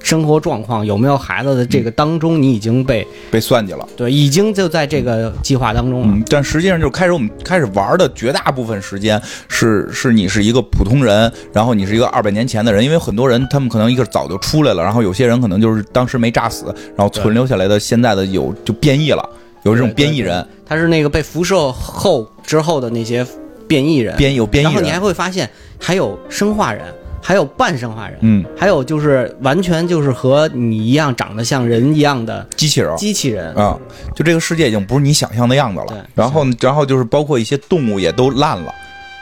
[SPEAKER 3] 生活状况有没有孩子的这
[SPEAKER 2] 嗯
[SPEAKER 3] 个当中，你已经被
[SPEAKER 2] 被算计了。
[SPEAKER 3] 对已经就在这个计划当中了。
[SPEAKER 2] 嗯，但实际上就是开始我们开始玩的绝大部分时间是是你是一个普通人，然后你是一个二百年前的人，因为很多人他们可能一个早就出来了，然后有些人可能就是当时没炸死，然后存留下来的现在的有就变异了，有这种
[SPEAKER 3] 对对
[SPEAKER 2] 变异人，
[SPEAKER 3] 他是那个被辐射后之后的那些变异人，
[SPEAKER 2] 变有变
[SPEAKER 3] 然
[SPEAKER 2] 异
[SPEAKER 3] 后你还
[SPEAKER 2] 人，
[SPEAKER 3] 会发现还有生化人，还有半生化人，
[SPEAKER 2] 嗯，
[SPEAKER 3] 还有就是完全就是和你一样长得像人一样的
[SPEAKER 2] 机器人。
[SPEAKER 3] 机器人。
[SPEAKER 2] 啊、就这个世界已经不是你想象的样子
[SPEAKER 3] 对
[SPEAKER 2] 了。然后，然后就是包括一些动物也都烂了，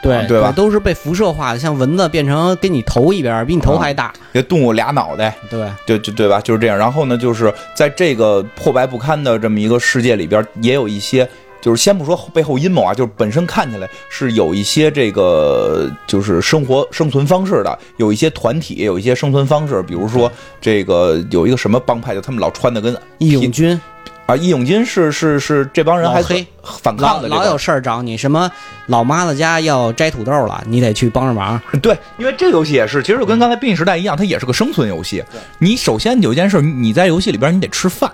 [SPEAKER 3] 对
[SPEAKER 2] 对吧
[SPEAKER 3] 都是被辐射化的，像蚊子变成跟你头一边儿，比你头还大。
[SPEAKER 2] 这动物俩脑袋，
[SPEAKER 3] 对，
[SPEAKER 2] 嗯对对对吧？就是这样。然后呢，就是在这个破败不堪的这么一个世界里边，也有一些，就是先不说背后阴谋啊，就是本身看起来是有一些这个就是生活生存方式的，有一些团体，有一些生存方式，比如说这个有一个什么帮派，就他们老穿的跟
[SPEAKER 3] 义勇军
[SPEAKER 2] 啊，义勇军是是是这帮人还
[SPEAKER 3] 老黑
[SPEAKER 2] 反
[SPEAKER 3] 老
[SPEAKER 2] 抗的这
[SPEAKER 3] 老有
[SPEAKER 2] 个，
[SPEAKER 3] 事儿找你，什么老妈子家要摘土豆了，你得去帮着忙。
[SPEAKER 2] 对，因为这游戏也是，其实就跟刚才《冰与时代》一样，它也是个生存游戏。你首先有一件事，你在游戏里边你得吃饭，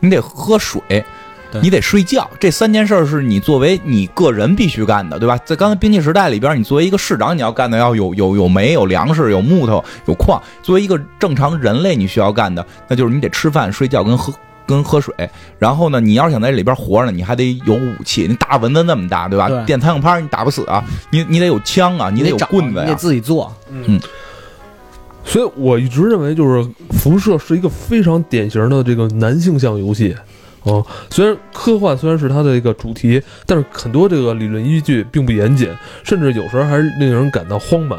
[SPEAKER 2] 你得喝水，
[SPEAKER 3] 对
[SPEAKER 2] 你得睡觉，这三件事儿是你作为你个人必须干的，对吧？在刚才兵器时代里边，你作为一个市长，你要干的要有有有煤、有粮食、有木头、有矿。作为一个正常人类，你需要干的，那就是你得吃饭、睡觉跟喝。跟喝水，然后呢，你要是想在这里边活着，你还得有武器。你打蚊子那么大，对吧？
[SPEAKER 3] 对
[SPEAKER 2] 电弹拍你打不死啊，你你得有枪啊，你
[SPEAKER 3] 得
[SPEAKER 2] 有
[SPEAKER 3] 找
[SPEAKER 2] 棍子呀、
[SPEAKER 3] 你得自己 做。
[SPEAKER 1] 所以我一直认为，就是辐射是一个非常典型的这个男性向游戏。哦，虽然科幻虽然是它的一个主题，但是很多这个理论依据并不严谨，甚至有时候还是令人感到慌满。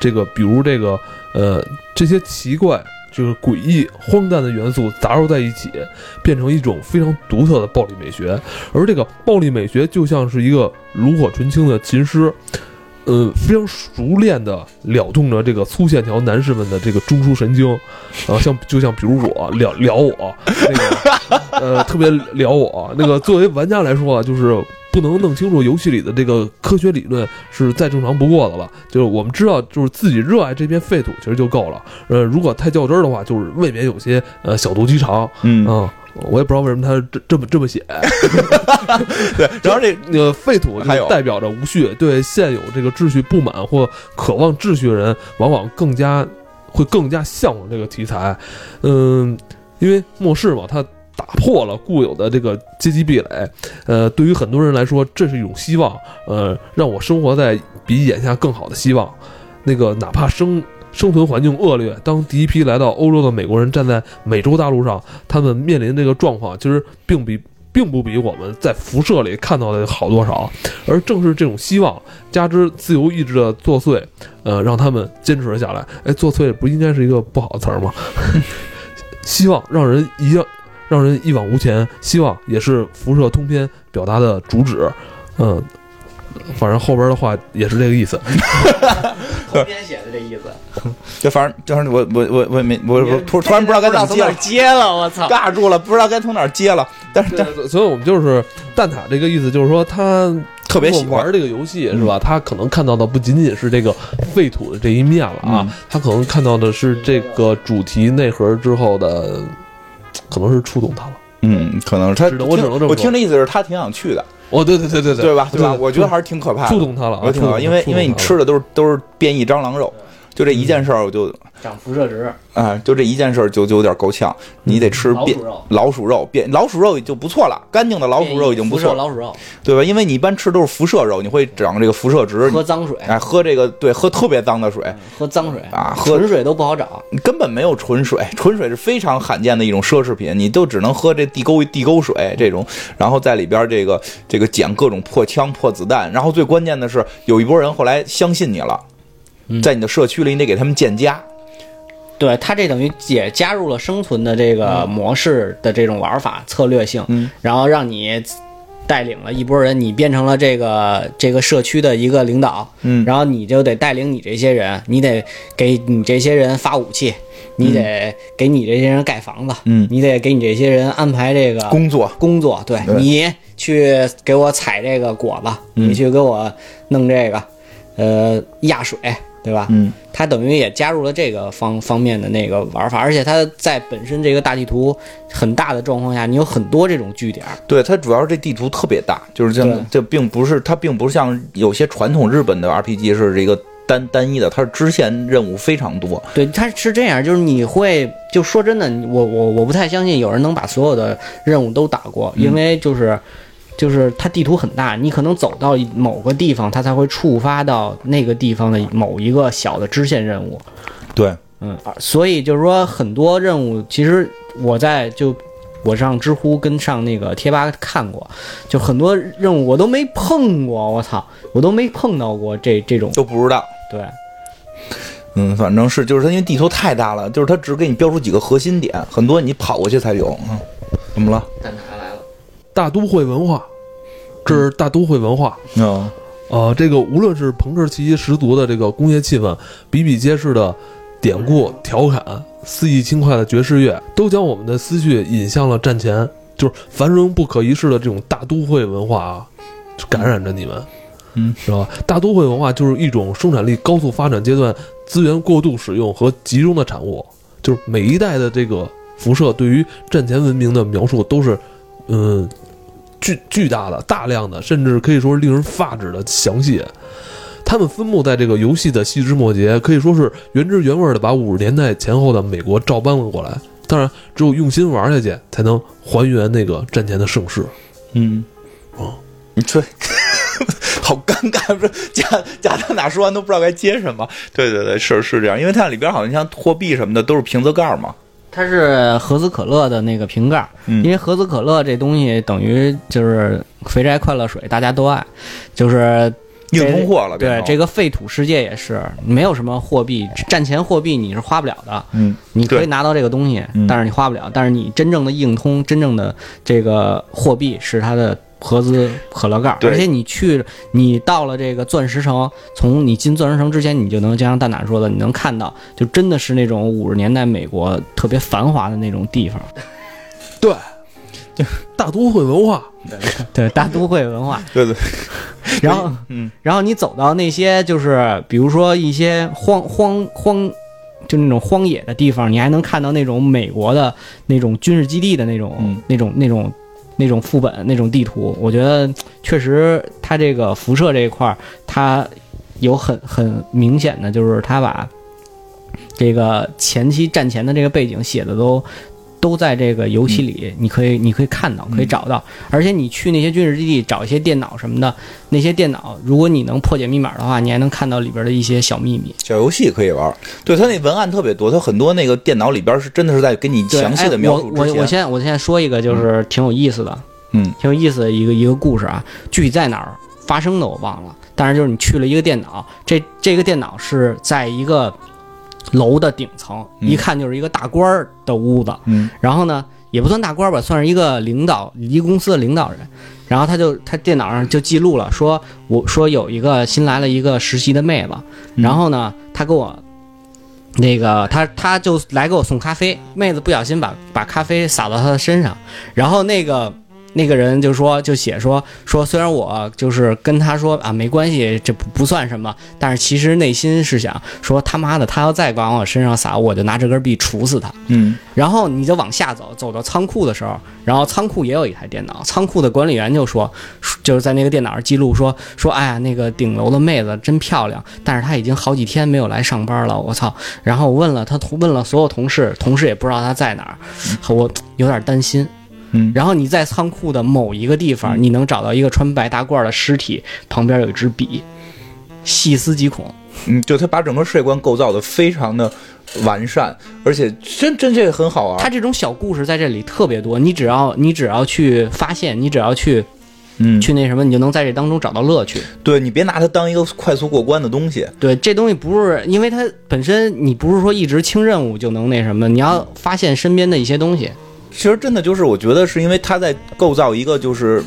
[SPEAKER 1] 这个，比如这个，呃，这些奇怪、就是诡异、荒诞的元素杂糅在一起，变成一种非常独特的暴力美学。而这个暴力美学就像是一个炉火纯青的琴师，呃，非常熟练的撩动着这个粗线条男士们的这个中枢神经，啊，像就像比如我撩撩我那个，呃，特别撩我那个。呃作为玩家来说啊，就是不能弄清楚游戏里的这个科学理论是再正常不过的了。就是我们知道，就是自己热爱这片废土其实就够了。呃，如果太较真儿的话，就是未免有些呃小肚鸡肠。
[SPEAKER 2] 嗯
[SPEAKER 1] 啊，我也不知道为什么他这这么这么写。
[SPEAKER 2] 对，然后这
[SPEAKER 1] 那个废土
[SPEAKER 2] 还有
[SPEAKER 1] 就代表着无序，对现有这个秩序不满或渴望秩序的人，往往更加会更加向往这个题材。嗯，因为末世嘛，它打破了固有的这个阶级壁垒。呃，对于很多人来说，这是一种希望。呃，让我生活在比眼下更好的希望。那个哪怕生生存环境恶劣，当第一批来到欧洲的美国人站在美洲大陆上，他们面临这个状况，其实并比并不比我们在辐射里看到的好多少。而正是这种希望，加之自由意志的作祟，呃，让他们坚持了下来。哎，作祟不应该是一个不好的词儿吗？ 希望让人一样，让人一往无前。希望也是辐射通篇表达的主旨。嗯，反正后边的话也是这个意思。
[SPEAKER 3] 后边写的这意思，
[SPEAKER 2] 就反正就是我我我我也没我我 突突然不知道该怎么 接了，
[SPEAKER 3] 接了，我操！
[SPEAKER 2] 尬住了，不知道该从哪儿接了，但是但是
[SPEAKER 1] 对所以我们就是蛋挞这个意思，就是说他
[SPEAKER 2] 特别
[SPEAKER 1] 通
[SPEAKER 2] 喜
[SPEAKER 1] 过
[SPEAKER 2] 欢
[SPEAKER 1] 玩这个游戏是吧？嗯他可能看到的不仅仅是这个废土的这一面了啊，
[SPEAKER 2] 嗯
[SPEAKER 1] 他可能看到的是这个主题内核之后的，可能是触动他了。
[SPEAKER 2] 嗯，可能是他
[SPEAKER 1] 只能我只能这么说
[SPEAKER 2] 我听的意思是他挺想去的，
[SPEAKER 1] 哦，对对对对
[SPEAKER 2] 对吧？对吧？
[SPEAKER 1] 对
[SPEAKER 2] 我觉得还是挺可怕的，
[SPEAKER 1] 触动他了啊，
[SPEAKER 2] 我挺
[SPEAKER 1] 触
[SPEAKER 2] 好，
[SPEAKER 1] 动
[SPEAKER 2] 因为因为你
[SPEAKER 1] 触动
[SPEAKER 2] 吃的都是都是变异蟑螂肉，就这一件事儿，我就
[SPEAKER 3] 长辐射值，
[SPEAKER 1] 嗯
[SPEAKER 2] 啊、就这一件事儿就就有点够呛。你得吃
[SPEAKER 3] 老
[SPEAKER 2] 变
[SPEAKER 3] 鼠肉
[SPEAKER 2] 老鼠肉，变老鼠肉就不错了，干净的老鼠肉已经不
[SPEAKER 3] 辐射
[SPEAKER 2] 错
[SPEAKER 1] 嗯
[SPEAKER 2] 了，
[SPEAKER 3] 老鼠肉，
[SPEAKER 2] 对吧？因为你一般吃都是辐射肉，你会长这个辐射值。
[SPEAKER 3] 喝脏水，
[SPEAKER 2] 哎，喝这个对，喝特别脏的水，
[SPEAKER 3] 喝脏水
[SPEAKER 2] 啊喝
[SPEAKER 3] 纯水都不好找。
[SPEAKER 2] 根本没有纯水，哎纯水是非常罕见的一种奢侈品，你就只能喝这地沟地沟水这种，然后在里边这个这个捡各种破枪破子弹，然后最关键的是有一波人后来相信你了，在你的社区里你得给他们建家，
[SPEAKER 3] 对它这等于也加入了生存的这个模式的这种玩法策略性，
[SPEAKER 2] 嗯
[SPEAKER 3] 然后让你带领了一波人，你变成了这个这个社区的一个领导，
[SPEAKER 2] 嗯
[SPEAKER 3] 然后你就得带领你这些人，你得给你这些人发武器，你得给你这些人盖房子，
[SPEAKER 2] 嗯
[SPEAKER 3] 你得给你这些人安排这个
[SPEAKER 2] 工作
[SPEAKER 3] 工作，对
[SPEAKER 2] 对嗯
[SPEAKER 3] 你去给我采这个果子，你去给我弄这个，呃，压水，对吧？
[SPEAKER 2] 嗯，
[SPEAKER 3] 它等于也加入了这个方方面的那个玩法，而且它在本身这个大地图很大的状况下，你有很多这种据点儿，
[SPEAKER 2] 对，它主要是这地图特别大，就是这
[SPEAKER 3] 对
[SPEAKER 2] 样，这并不是它并不像有些传统日本的 RPG 是这个单单一的，它是支线任务非常多，
[SPEAKER 3] 对，它是这样，就是你会，就说真的，我我我不太相信有人能把所有的任务都打过，
[SPEAKER 2] 嗯
[SPEAKER 3] 因为就是。就是它地图很大，你可能走到某个地方，它才会触发到那个地方的某一个小的支线任务。
[SPEAKER 2] 对，
[SPEAKER 3] 嗯，啊所以就是说很多任务，其实我在就我上知乎跟上那个贴吧看过，就很多任务我都没碰过，我操，我都没碰到过这这种
[SPEAKER 2] 都不知道。
[SPEAKER 3] 对。
[SPEAKER 2] 嗯，反正是，就是它因为地图太大了，就是它只给你标出几个核心点，很多你跑过去才有。嗯，怎么了？
[SPEAKER 3] 蛋挞来了，
[SPEAKER 1] 大都会文化，这是大都会文化。
[SPEAKER 2] 嗯，
[SPEAKER 1] 呃，这个无论是朋克气息十足的这个工业气氛，比比皆是的典故调侃，肆意轻快的爵士乐，都将我们的思绪引向了战前，就是繁荣不可一世的这种大都会文化啊，就感染着你们，
[SPEAKER 2] 嗯，
[SPEAKER 1] 是吧？大都会文化就是一种生产力高速发展阶段资源过度使用和集中的产物，就是每一代的这个辐射对于战前文明的描述都是，嗯，巨巨大的、大量的，甚至可以说是令人发指的详细。他们分布在这个游戏的细枝末节，可以说是原汁原味的把五十年代前后的美国照搬了过来。当然，只有用心玩下去，才能还原那个战前的盛世。
[SPEAKER 2] 嗯，你吹， 好尴尬，不是贾贾大哪说完都不知道该接什么。对对对，是是这样，因为它里边好像像货币什么的都是瓶子盖嘛。
[SPEAKER 3] 它是盒子可乐的那个瓶盖儿，
[SPEAKER 2] 嗯
[SPEAKER 3] 因为盒子可乐这东西等于就是肥宅快乐水，大家都爱，就是
[SPEAKER 2] 硬通货了，
[SPEAKER 3] 对
[SPEAKER 2] 变成
[SPEAKER 3] 这个废土世界也是没有什么货币，战前货币你是花不了的，
[SPEAKER 2] 嗯，
[SPEAKER 3] 你可以
[SPEAKER 2] 对
[SPEAKER 3] 拿到这个东西
[SPEAKER 2] 嗯，
[SPEAKER 3] 但是你花不了。但是你真正的硬通，真正的这个货币是它的合资可乐盖儿，
[SPEAKER 2] 对
[SPEAKER 3] 而且你去，你到了这个钻石城，从你进钻石城之前，你就能就像蛋挞说的，你能看到，就真的是那种五十年代美国特别繁华的那种地方，
[SPEAKER 1] 对，大都会文化，
[SPEAKER 3] 对大都会 文化。
[SPEAKER 2] 对对，
[SPEAKER 3] 然后，
[SPEAKER 2] 嗯，
[SPEAKER 3] 然后你走到那些就是比如说一些荒荒荒，就那种荒野的地方，你还能看到那种美国的那种军事基地的那种、
[SPEAKER 2] 嗯
[SPEAKER 3] 那种那种那种副本那种地图。我觉得确实，它这个辐射这一块儿，它有很很明显的就是它把这个前期战前的这个背景写的都。都在这个游戏里，你可以你可以看到，可以找到，而且你去那些军事基地找一些电脑什么的，那些电脑，如果你能破解密码的话，你还能看到里边的一些小秘密。
[SPEAKER 2] 小游戏可以玩。对，它那文案特别多，它很多那个电脑里边是真的是在给你
[SPEAKER 3] 对，
[SPEAKER 2] 详细的
[SPEAKER 3] 哎
[SPEAKER 2] 描述之
[SPEAKER 3] 我
[SPEAKER 2] 前。
[SPEAKER 3] 我我现在我现在说一个，就是挺有意思的，
[SPEAKER 2] 嗯，
[SPEAKER 3] 挺有意思的一个一个故事啊。具体在哪儿发生的我忘了，但是就是你去了一个电脑，这这个电脑是在一个楼的顶层，
[SPEAKER 2] 嗯
[SPEAKER 3] 一看就是一个大官儿的屋子。
[SPEAKER 2] 嗯
[SPEAKER 3] 然后呢，也不算大官吧，算是一个领导，一公司的领导人。然后他就他电脑上就记录了，说我说有一个新来了一个实习的妹子，
[SPEAKER 2] 嗯
[SPEAKER 3] 然后呢，他给我那个他他就来给我送咖啡，妹子不小心把把咖啡洒到他的身上，然后那个那个人就说就写说说，虽然我就是跟他说啊没关系，这不不算什么，但是其实内心是想说他妈的，他要再往我身上撒，我就拿这根币杵死他。
[SPEAKER 2] 嗯，
[SPEAKER 3] 然后你就往下走，走到仓库的时候，然后仓库也有一台电脑，仓库的管理员就说，就是在那个电脑上记录说说，哎呀，那个顶楼的妹子真漂亮，但是她已经好几天没有来上班了，我操！然后我问了她，问了所有同事，同事也不知道她在哪儿，我有点担心。
[SPEAKER 2] 嗯
[SPEAKER 3] 然后你在仓库的某一个地方，你能找到一个穿白大褂的尸体，旁边有一支笔，细思极恐。
[SPEAKER 2] 嗯，就他把整个世界观构造的非常的完善，而且真真这个很好玩。
[SPEAKER 3] 它这种小故事在这里特别多，你只要你只要去发现，你只要去
[SPEAKER 2] 嗯，
[SPEAKER 3] 去那什么，你就能在这当中找到乐趣。
[SPEAKER 2] 对你别拿它当一个快速过关的东西。
[SPEAKER 3] 对，这东西不是因为它本身，你不是说一直清任务就能那什么，你要发现身边的一些东西。
[SPEAKER 2] 其实真的就是，我觉得是因为他在构造一个就是。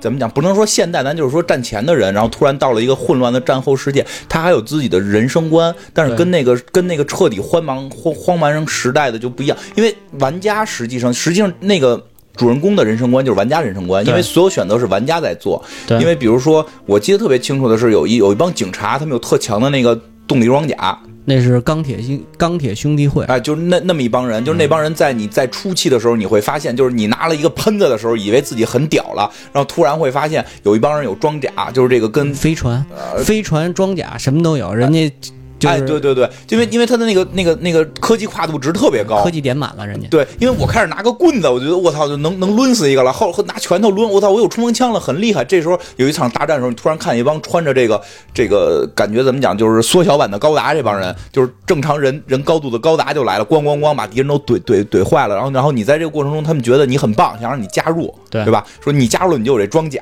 [SPEAKER 2] 怎么讲？不能说现代，咱就是说战前的人，然后突然到了一个混乱的战后世界，他还有自己的人生观，但是跟那个跟那个彻底荒蛮荒荒蛮人时代的就不一样。因为玩家实际上，实际上那个主人公的人生观就是玩家人生观，因为
[SPEAKER 3] 对
[SPEAKER 2] 所有选择是玩家在做。
[SPEAKER 3] 对
[SPEAKER 2] 因为比如说，我记得特别清楚的是，有一有一帮警察，他们有特强的那个动力装甲，
[SPEAKER 3] 那是钢铁兄钢铁兄弟会，
[SPEAKER 2] 哎，就是那那么一帮人，就是那帮人在你在初期的时候，你会发现，就是你拿了一个喷子的时候，以为自己很屌了，然后突然会发现有一帮人有装甲，就是这个跟。
[SPEAKER 3] 飞船、飞船装甲什么都有，人家就
[SPEAKER 2] 呃哎，对
[SPEAKER 3] 是
[SPEAKER 2] 对对，因为因为他的那个那个那个科技跨度值特别高
[SPEAKER 3] 科，技点满了人家。
[SPEAKER 2] 对，因为我开始拿个棍子，我觉得我操就能能抡死一个了，后后拿拳头抡，我操我有冲锋枪了，很厉害。这时候有一场大战的时候，你突然看一帮穿着这个这个感觉怎么讲，就是缩小版的高达这帮人，就是正常人人高度的高达就来了，咣咣咣把敌人都怼怼怼坏了，然后然后你在这个过程中，他们觉得你很棒，想让你加入，
[SPEAKER 3] 对
[SPEAKER 2] 对吧？说你加入了你就有这装甲，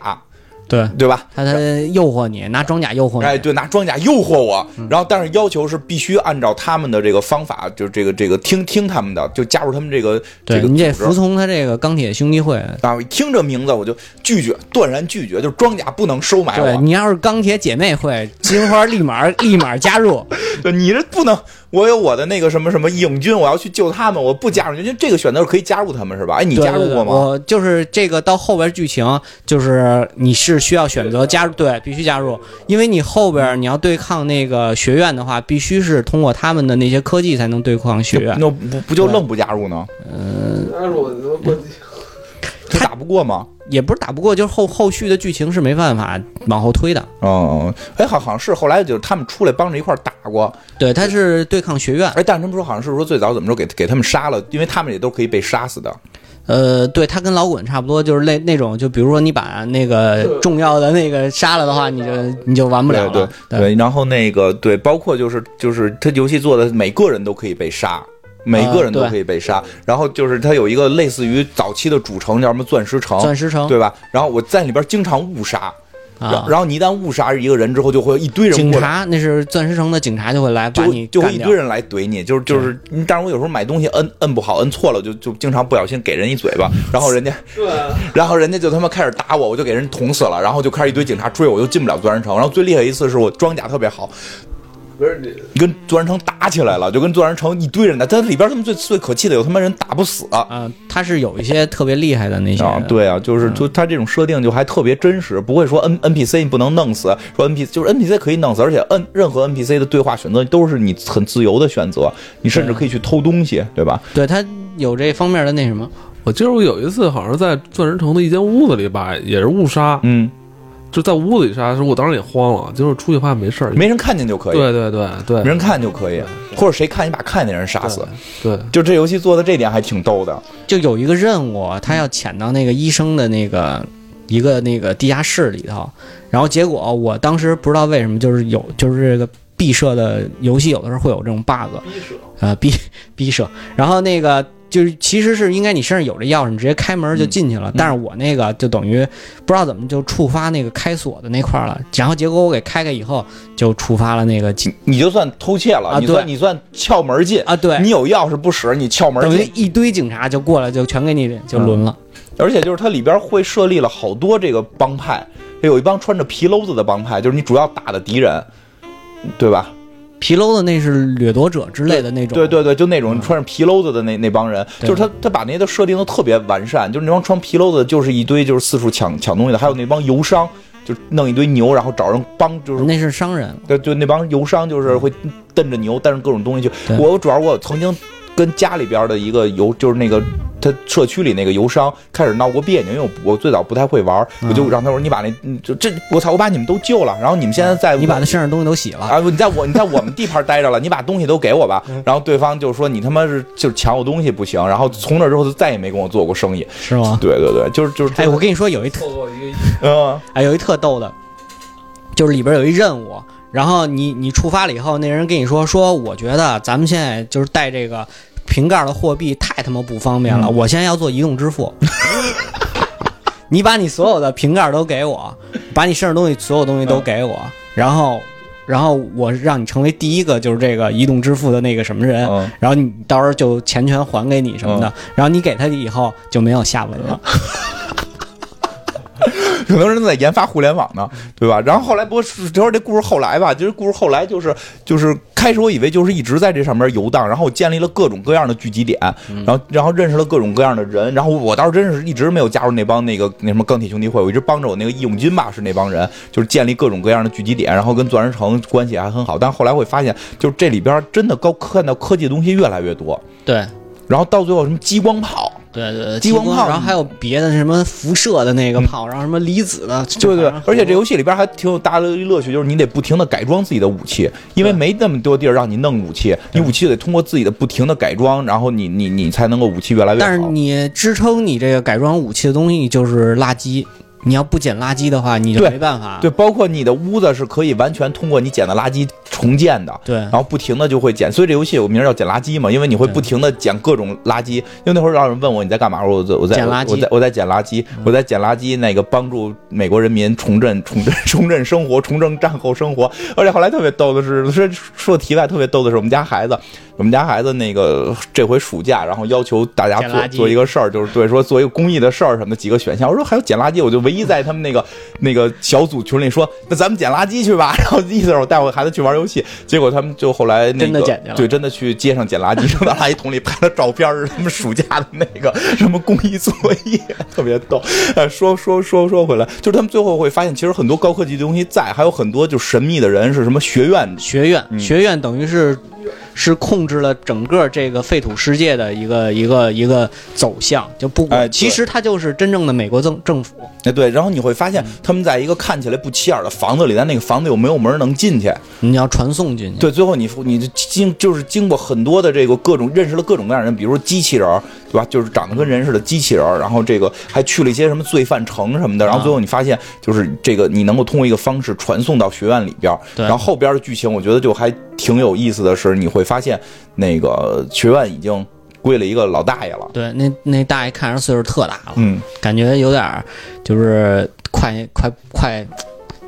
[SPEAKER 3] 对，
[SPEAKER 2] 对吧？
[SPEAKER 3] 他他诱惑你，拿装甲嗯诱惑
[SPEAKER 2] 哎，
[SPEAKER 3] 你。
[SPEAKER 2] 对，拿装甲诱惑我，然后但是要求是必须按照他们的这个方法，就是这个这个听听他们的，就加入他们这个这
[SPEAKER 3] 对
[SPEAKER 2] 个
[SPEAKER 3] 你得
[SPEAKER 2] 组织
[SPEAKER 3] 服从他这个钢铁兄弟会。
[SPEAKER 2] 啊，我一听这名字我就拒绝，断然拒绝，就是装甲不能收买
[SPEAKER 3] 对
[SPEAKER 2] 哎我，
[SPEAKER 3] 你要是钢铁姐妹会，金花立马 立马加入。
[SPEAKER 2] 对你这不能，我有我的那个什么什么影军，我要去救他们，我不加入，因为这个选择是可以加入他们是吧？哎，你
[SPEAKER 3] 对
[SPEAKER 2] 加入
[SPEAKER 3] 对对
[SPEAKER 2] 过吗？
[SPEAKER 3] 我就是这个到后边剧情，就是你是需要选择加入，对，必须加入，因为你后边你要对抗那个学院的话，必须是通过他们的那些科技才能对抗学院。
[SPEAKER 2] 那不不就愣不加入呢？
[SPEAKER 1] 但是我我
[SPEAKER 2] 他打不过吗？
[SPEAKER 3] 也不是打不过，就是后后续的剧情是没办法往后推的。
[SPEAKER 2] 哦，哎，好好像是后来就是他们出来帮着一块儿打过，
[SPEAKER 3] 对，他是对抗学院，
[SPEAKER 2] 哎，但是他们说好像是说最早怎么说给给他们杀了，因为他们也都可以被杀死的。
[SPEAKER 3] 呃，对他跟老滚差不多，就是那那种，就比如说你把那个重要的那个杀了的话，你就你就玩不了
[SPEAKER 2] 对
[SPEAKER 3] 了。
[SPEAKER 2] 对对，然后那个对，包括就是就是他游戏做的，每个人都可以被杀。每个人都
[SPEAKER 3] 啊对
[SPEAKER 2] 可以被杀，然后就是它有一个类似于早期的主城叫什么钻石城，
[SPEAKER 3] 钻石城
[SPEAKER 2] 对吧？然后我在里边经常误杀，然
[SPEAKER 3] 啊，
[SPEAKER 2] 然后你一旦误杀一个人之后，就会有一堆人
[SPEAKER 3] 警
[SPEAKER 2] 过来，
[SPEAKER 3] 察那是钻石城的警察就会来把
[SPEAKER 2] 就
[SPEAKER 3] 你
[SPEAKER 2] 会就会
[SPEAKER 3] 干
[SPEAKER 2] 一
[SPEAKER 3] 掉
[SPEAKER 2] 堆。人来怼你，就是就是，但是我有时候买东西摁摁不好，摁错了就就经常不小心给人一嘴巴，然后人家
[SPEAKER 1] 对啊，
[SPEAKER 2] 然后人家就他妈开始打我，我就给人捅死了，然后就开始一堆警察追我，我就进不了钻石城。然后最厉害一次是我装甲特别好，
[SPEAKER 1] 不是你
[SPEAKER 2] 跟钻石城打起来了，就跟钻石城一堆人打，但是里边他们最最可气的有他妈人打不死啊。
[SPEAKER 3] 啊，他是有一些特别厉害的那些人，嗯
[SPEAKER 2] 对啊，就是就他这种设定就还特别真实，不会说 N N P C 你不能弄死，说 N P 就是 N P C 可以弄死，而且 N 任何 N P C 的对话选择都是你很自由的选择，你甚至可以去偷东西，对吧？
[SPEAKER 3] 对他有这方面的那什么，
[SPEAKER 1] 我记得我有一次好像是在钻石城的一间屋子里吧，也是误杀，
[SPEAKER 2] 嗯，
[SPEAKER 1] 就在屋子里杀的时候，我当时也慌了，结果出去发现没事儿，
[SPEAKER 2] 没人看见就可以，
[SPEAKER 1] 对对对对，
[SPEAKER 2] 没人看就可以，或者谁看你把看见的人杀死，
[SPEAKER 1] 对，
[SPEAKER 2] 就这游戏做的这点还挺逗的。
[SPEAKER 3] 就有一个任务，啊他要潜到那个医生的那个一个那个地下室里头，然后结果我当时不知道为什么，就是有就是这个闭社的游戏有的时候会有这种 bug，呃逼逼社，然后那个。就是其实是应该你身上有这钥匙，你直接开门就
[SPEAKER 2] 嗯
[SPEAKER 3] 进去了。但是我那个就等于不知道怎么就触发那个开锁的那块儿了，然后结果我给开开以后就触发了那个进
[SPEAKER 2] 你就算偷窃了，
[SPEAKER 3] 啊
[SPEAKER 2] 你算
[SPEAKER 3] 对
[SPEAKER 2] 你算撬门进，
[SPEAKER 3] 啊，对，
[SPEAKER 2] 你有钥匙不使，你撬门
[SPEAKER 3] 等于
[SPEAKER 2] 进。嗯
[SPEAKER 3] 一堆警察就过来，就全给你就轮了。
[SPEAKER 2] 而且就是它里边会设立了好多这个帮派，有一帮穿着皮褛子的帮派，就是你主要打的敌人，对吧？
[SPEAKER 3] 皮褛的那是掠夺者之类的那种，
[SPEAKER 2] 对对对，就那种穿着皮褛子的那那帮人，就是他他把那些都设定的特别完善，就是那帮穿皮褛子的就是一堆就是四处抢抢东西的，还有那帮游商，就弄一堆牛，然后找人帮，就是
[SPEAKER 3] 那是商人，
[SPEAKER 2] 对，就那帮游商就是会蹬着牛，带着各种东西去。
[SPEAKER 3] 嗯对
[SPEAKER 2] 我主要我曾经跟家里边的一个游，就是那个他社区里那个游商开始闹过别扭，因为我我最早不太会玩，我就让他说你把那嗯就这我操，我把你们都救了，然后你们现在在
[SPEAKER 3] 嗯你把他身上东西都洗了，
[SPEAKER 2] 哎啊！你在我你在我们地盘待着了，你把东西都给我吧。
[SPEAKER 3] 嗯
[SPEAKER 2] 然后对方就说你他妈是就是抢我东西不行。然后从那之后就再也没跟我做过生意。
[SPEAKER 3] 是吗？
[SPEAKER 2] 对对对，就是就是
[SPEAKER 3] 哎，我跟你啊说，有一特
[SPEAKER 1] 错过一个
[SPEAKER 2] 嗯
[SPEAKER 3] 哎，有一特逗的，就是里边有一任务，然后你你触发了以后，那人跟你说说，我觉得咱们现在就是带这个瓶盖的货币太他妈不方便了，我现在要做移动支付。 你把你所有的瓶盖都给我，把你身上东西所有东西都给我，然后，然后我让你成为第一个就是这个移动支付的那个什么人，
[SPEAKER 2] 嗯，
[SPEAKER 3] 然后你到时候就钱全还给你什么的，然后你给他以后就没有下文了。
[SPEAKER 2] 很多人在研发互联网呢，对吧？然后后来不过是，这会儿这故事后来吧，就是故事后来就是就是开始我以为就是一直在这上面游荡，然后我建立了各种各样的聚集点，然后然后认识了各种各样的人，然后我倒是真是一直没有加入那帮那个那什么钢铁兄弟会，我一直帮着我那个义勇军吧是那帮人，就是建立各种各样的聚集点，然后跟钻石城关系还很好，但后来会发现，就是这里边真的高看到科技的东西越来越多，
[SPEAKER 3] 对，
[SPEAKER 2] 然后到最后什么激光炮。
[SPEAKER 3] 对对对，
[SPEAKER 2] 激光炮嗯
[SPEAKER 3] 然后还有别的什么辐射的那个炮，然后什么离子的，
[SPEAKER 2] 对对，而且这
[SPEAKER 3] 有
[SPEAKER 2] 游戏里边还挺有大的乐趣，就是你得不停的改装自己的武器，因为没那么多地儿让你弄武器，你武器得通过自己的不停的改装，然后你你你才能够武器越来越好。
[SPEAKER 3] 但是你支撑你这个改装武器的东西就是垃圾，你要不捡垃圾的话，你就
[SPEAKER 2] 对
[SPEAKER 3] 没办法。
[SPEAKER 2] 对，包括你的屋子是可以完全通过你捡的垃圾重建的，
[SPEAKER 3] 对
[SPEAKER 2] 然后不停的就会捡，所以这游戏有名儿叫捡垃圾嘛，因为你会不停的捡各种垃圾。因为那会儿让人问我你在干嘛，我说我在
[SPEAKER 3] 捡
[SPEAKER 2] 我
[SPEAKER 3] 垃
[SPEAKER 2] 在
[SPEAKER 3] 圾嗯
[SPEAKER 2] 我在我在捡垃圾，我在捡垃圾，那个帮助美国人民重振 重振重振生活，重振战后生活。而且后来特别逗的是，说说题外特别逗的是，我们家孩子，我们家孩子那个这回暑假，然后要求大家
[SPEAKER 3] 捡
[SPEAKER 2] 做
[SPEAKER 3] 垃圾
[SPEAKER 2] 做一个事儿，就是对说做一个公益的事儿什么的几个选项。我说还有捡垃圾，我就唯一在他们那个那个小组群里说，那咱们捡垃圾去吧。然后意思是我带我孩子去玩游戏，结果他们就后来那个
[SPEAKER 3] 真的捡去了
[SPEAKER 2] 对，真的去街上捡垃圾，扔到垃圾桶里拍了照片儿，他们暑假的那个什么公益作业， 特别逗。呃，说说说说回来，就是他们最后会发现，其实很多高科技的东西在，还有很多就神秘的人是什么学院
[SPEAKER 3] 学院、
[SPEAKER 2] 嗯
[SPEAKER 3] 学院等于是是控制了整个这个废土世界的一个一个一个走向，就不管、
[SPEAKER 2] 哎对
[SPEAKER 3] 其实它就是真正的美国政政府。
[SPEAKER 2] 哎，对，然后你会发
[SPEAKER 3] 嗯
[SPEAKER 2] 现他们在一个看起来不起眼的房子里，但那个房子又没有门能进去。
[SPEAKER 3] 你要传送进去，
[SPEAKER 2] 对，最后你你经就是经过很多的这个各种认识了各种各样的人，比如说机器人儿，对吧？就是长得跟人似的机器人儿，然后这个还去了一些什么罪犯城什么的，然后
[SPEAKER 3] 啊
[SPEAKER 2] 最后你发现就是这个你能够通过一个方式传送到学院里边儿，
[SPEAKER 3] 对
[SPEAKER 2] 然后后边的剧情我觉得就还挺有意思的是，你会发现那个学院已经归了一个老大爷了，
[SPEAKER 3] 对，那那大爷看着岁数特大了，
[SPEAKER 2] 嗯，
[SPEAKER 3] 感觉有点儿就是快快快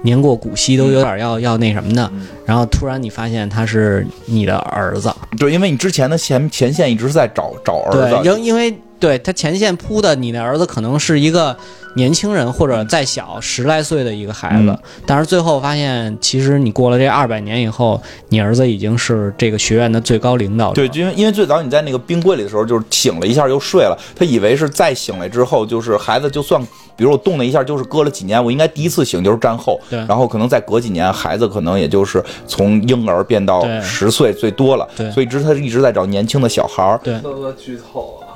[SPEAKER 3] 年过古稀，都有点儿
[SPEAKER 2] 嗯
[SPEAKER 3] 要要那什么的。然后突然你发现他是你的儿子，
[SPEAKER 2] 对，因为你之前的前前线一直在找找儿子，
[SPEAKER 3] 对，因因为对他前线铺的你的儿子可能是一个年轻人或者再小十来岁的一个孩子，
[SPEAKER 2] 嗯
[SPEAKER 3] 但是最后发现其实你过了这二百年以后，你儿子已经是这个学院的最高领导者
[SPEAKER 2] 对，，因为因为最早你在那个冰柜里的时候，就是醒了一下又睡了，他以为是再醒来之后，就是孩子就算，比如我动了一下，就是隔了几年，我应该第一次醒就是战后，
[SPEAKER 3] 对
[SPEAKER 2] 然后可能再隔几年，孩子可能也就是从婴儿变到
[SPEAKER 3] 对
[SPEAKER 2] 十岁最多了，
[SPEAKER 3] 对
[SPEAKER 2] 所以一直他一直在找年轻的小孩儿。
[SPEAKER 3] 对。
[SPEAKER 1] 他妈剧透啊！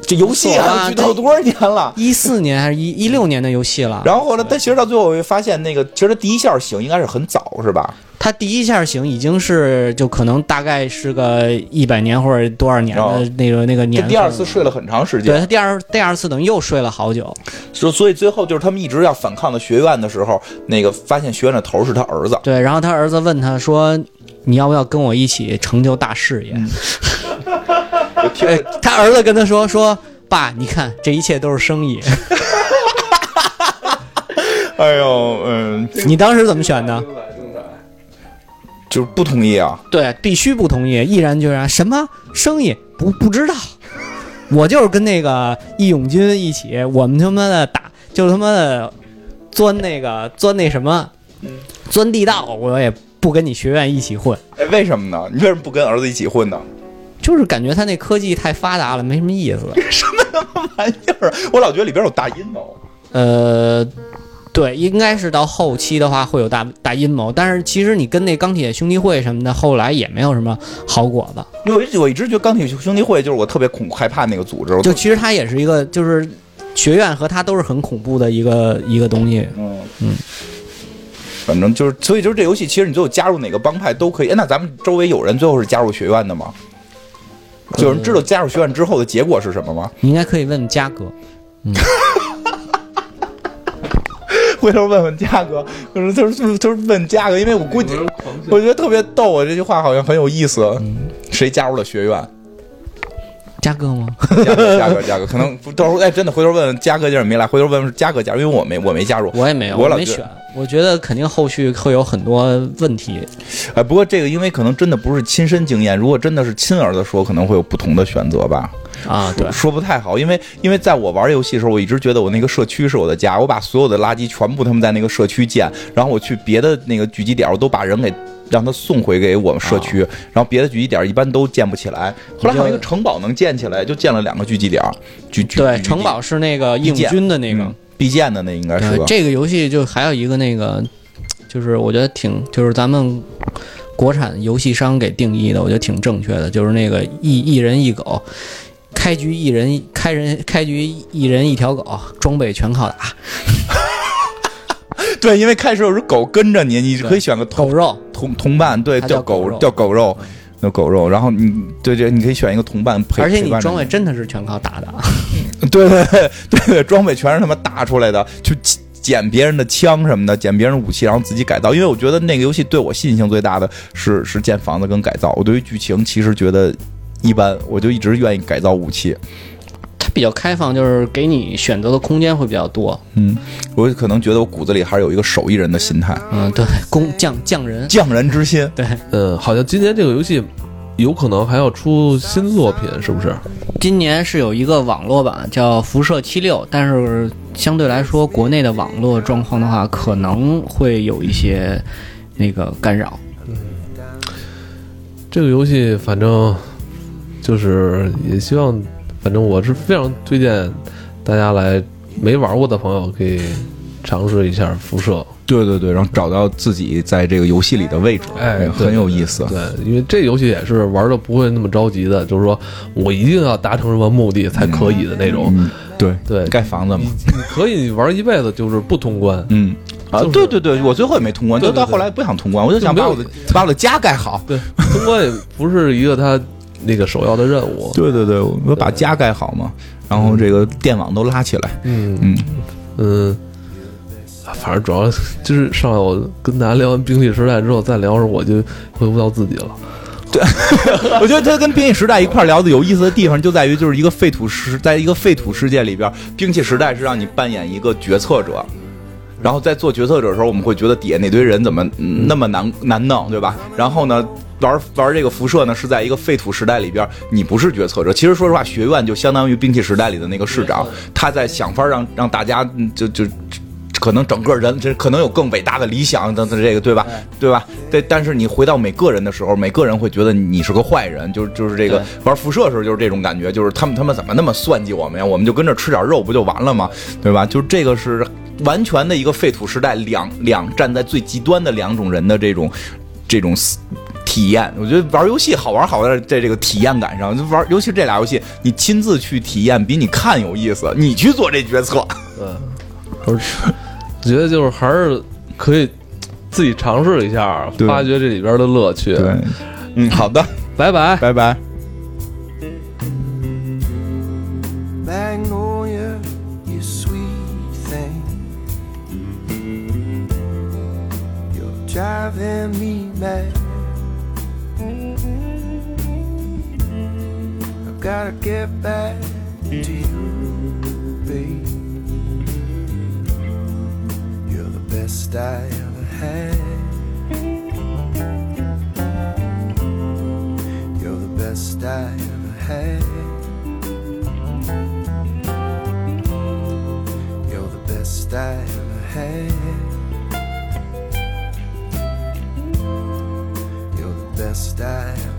[SPEAKER 2] 这游戏
[SPEAKER 3] 不错啊
[SPEAKER 2] 啊，剧透多少年了？
[SPEAKER 3] 一四年还是一一六年的游戏了，
[SPEAKER 2] 然后后来，但其实到最后我会发现，那个其实他第一下醒应该是很早，是吧？
[SPEAKER 3] 他第一下醒已经是就可能大概是个一百年或者多少年的
[SPEAKER 2] 哦
[SPEAKER 3] 那个那个年
[SPEAKER 2] 这
[SPEAKER 3] 份。
[SPEAKER 2] 第二次睡了很长时间
[SPEAKER 3] 对，他第二第二次等于又睡了好久。
[SPEAKER 2] 所所以最后就是他们一直要反抗的学院的时候，那个发现学院的头是他儿子，
[SPEAKER 3] 对，然后他儿子问他说：“你要不要跟我一起成就大事业？”
[SPEAKER 2] 嗯 就听着
[SPEAKER 3] 对，他儿子跟他说：“说爸，你看这一切都是生意。
[SPEAKER 2] 哎呦，嗯，
[SPEAKER 3] 你当时怎么选的
[SPEAKER 1] 精彩精彩！
[SPEAKER 2] 就是不同意啊。？”
[SPEAKER 3] 对，必须不同意，毅然决然。什么生意？不不知道。我就是跟那个义勇军一起，我们他妈的打，就他妈的钻那个钻那什么，钻地道，我也不跟你学院一起混，
[SPEAKER 2] 哎，为什么呢？你为什么不跟儿子一起混呢？
[SPEAKER 3] 就是感觉他那科技太发达了，没什么意思。
[SPEAKER 2] 玩意儿，我老觉得里边有大阴谋。
[SPEAKER 3] 呃，对，应该是到后期的话会有大大阴谋，但是其实你跟那钢铁兄弟会什么的，后来也没有什么好果子。
[SPEAKER 2] 因为我一直我一直觉得钢铁兄弟会就是我特别恐害怕那个组织，我
[SPEAKER 3] 就其实它也是一个，就是学院和它都是很恐怖的一个一个东西。
[SPEAKER 2] 嗯嗯，反正就是，所以就是这游戏，其实你最后加入哪个帮派都可以。哎，那咱们周围有人最后是加入学院的吗？就有人知道加入学院之后的结果是什么吗？
[SPEAKER 3] 你应该可以问问嘉哥，
[SPEAKER 2] 回头问问嘉哥，就是就是就是问嘉哥，因为我估计我觉得特别逗，啊我这句话好像很有意思。谁加入了学院？
[SPEAKER 3] 嘉哥吗？
[SPEAKER 2] 嘉哥，嘉哥，嘉哥，可能到时候哎，真的回头问问嘉哥，就是没来，回头问问嘉哥加入，因为我没我没加入，
[SPEAKER 3] 我也没有，
[SPEAKER 2] 我
[SPEAKER 3] 我
[SPEAKER 2] 老
[SPEAKER 3] 没
[SPEAKER 2] 觉得
[SPEAKER 3] 选。我觉得肯定后续会有很多问题。
[SPEAKER 2] 哎，不过这个因为可能真的不是亲身经验，如果真的是亲儿子说，可能会有不同的选择吧。
[SPEAKER 3] 啊，对
[SPEAKER 2] 说，说不太好，因为因为在我玩游戏的时候，我一直觉得我那个社区是我的家，我把所有的垃圾全部他们在那个社区建，然后我去别的那个聚集点，我都把人给。让他送回给我们社区，然后别的聚集点一般都建不起来。后来还有一个城堡能建起来，就建了两个聚集点，聚聚
[SPEAKER 3] 对，
[SPEAKER 2] 聚集
[SPEAKER 3] 城堡是那个义勇军的那个。
[SPEAKER 2] 嗯必建的那应该是
[SPEAKER 3] 对
[SPEAKER 2] 吧？
[SPEAKER 3] 这个游戏就还有一个那个，就是我觉得挺，就是咱们国产游戏商给定义的，我觉得挺正确的，就是那个一一人一狗，开局一人开人开局一人一条狗，装备全靠打，
[SPEAKER 2] 对，因为开始有只狗跟着你，你可以选个同
[SPEAKER 3] 狗肉
[SPEAKER 2] 同同伴，对，
[SPEAKER 3] 它
[SPEAKER 2] 叫
[SPEAKER 3] 叫狗
[SPEAKER 2] 狗
[SPEAKER 3] 肉嗯
[SPEAKER 2] 叫狗肉，叫狗肉。然后你对对，你可以选一个同伴陪，
[SPEAKER 3] 而且
[SPEAKER 2] 陪
[SPEAKER 3] 你
[SPEAKER 2] 伴着
[SPEAKER 3] 装备真的是全靠打的，啊
[SPEAKER 2] 对对对对对，装备全是他妈打出来的，去捡别人的枪什么的，捡别人的武器，然后自己改造。因为我觉得那个游戏对我吸引性最大的是是建房子跟改造。我对于剧情其实觉得一般，我就一直愿意改造武器。
[SPEAKER 3] 它比较开放，就是给你选择的空间会比较多。
[SPEAKER 2] 嗯，我可能觉得我骨子里还是有一个手艺人的心态，
[SPEAKER 3] 嗯，对，工匠匠人，
[SPEAKER 2] 匠人之心。
[SPEAKER 3] 对，
[SPEAKER 1] 嗯，好像今年这个游戏有可能还要出新作品，是不是？
[SPEAKER 3] 今年是有一个网络版叫《辐射七六》，但是相对来说，国内的网络状况的话，可能会有一些那个干扰。
[SPEAKER 1] 这个游戏反正就是也希望，反正我是非常推荐大家来没玩过的朋友可以尝试一下辐射。
[SPEAKER 2] 对对对，然后找到自己在这个游戏里的位置，
[SPEAKER 1] 哎对
[SPEAKER 2] 很有意思。
[SPEAKER 1] 对，因为这游戏也是玩的不会那么着急的，就是说我一定要达成什么目的才可以的那种。
[SPEAKER 2] 嗯，对
[SPEAKER 1] 对
[SPEAKER 2] 盖房子嘛
[SPEAKER 1] 你，你可以玩一辈子，就是不通关。
[SPEAKER 2] 嗯。啊，
[SPEAKER 1] 就是
[SPEAKER 2] 对对对，我最后也没通关，
[SPEAKER 1] 对
[SPEAKER 2] 就
[SPEAKER 1] 对
[SPEAKER 2] 到
[SPEAKER 1] 对
[SPEAKER 2] 后来不想通关，我就想
[SPEAKER 1] 就没
[SPEAKER 2] 把
[SPEAKER 1] 有
[SPEAKER 2] 我的把我的家盖好。
[SPEAKER 1] 对，通关也不是一个它那个首要的任务。
[SPEAKER 2] 对对对，嗯我把家盖好嘛，然后这个电网都拉起来。
[SPEAKER 1] 嗯
[SPEAKER 2] 嗯，
[SPEAKER 1] 嗯，反正主要就是上来我跟大家聊完兵器时代之后，再聊的时候我就恢复到自己了。
[SPEAKER 2] 我觉得它跟兵器时代一块儿聊的有意思的地方就在于，就是一个废土时，在一个废土世界里边，兵器时代是让你扮演一个决策者。然后在做决策者的时候，我们会觉得底下那堆人怎么嗯那么难难弄，对吧？然后呢，玩玩这个辐射呢，是在一个废土时代里边，你不是决策者。其实说实话，学院就相当于兵器时代里的那个市长，他在想法让让大家嗯就就。可能整个人这可能有更伟大的理想等等这个对吧？对吧？对，但是你回到每个人的时候，每个人会觉得你是个坏人，就是就是这个
[SPEAKER 3] 对
[SPEAKER 2] 玩辐射的时候就是这种感觉，就是他们他们怎么那么算计我们呀？我们就跟着吃点肉不就完了吗？对吧？就是这个是完全的一个废土时代，两两站在最极端的两种人的这种这种思体验。我觉得玩游戏好玩好在在这个体验感上，就玩尤其这俩游戏，你亲自去体验比你看有意思，你去做这决策。
[SPEAKER 1] 我觉得就是还是可以自己尝试一下，
[SPEAKER 2] 对
[SPEAKER 1] 发掘这里边的乐趣。，
[SPEAKER 2] 嗯，好的，
[SPEAKER 1] 拜拜。
[SPEAKER 2] 拜拜。
[SPEAKER 4] Magnolia, you sweet thing. You're driving me mad. I've gotta get back to you, babe. You're the best I ever had. You're the best I ever had. You're the best I ever had. style.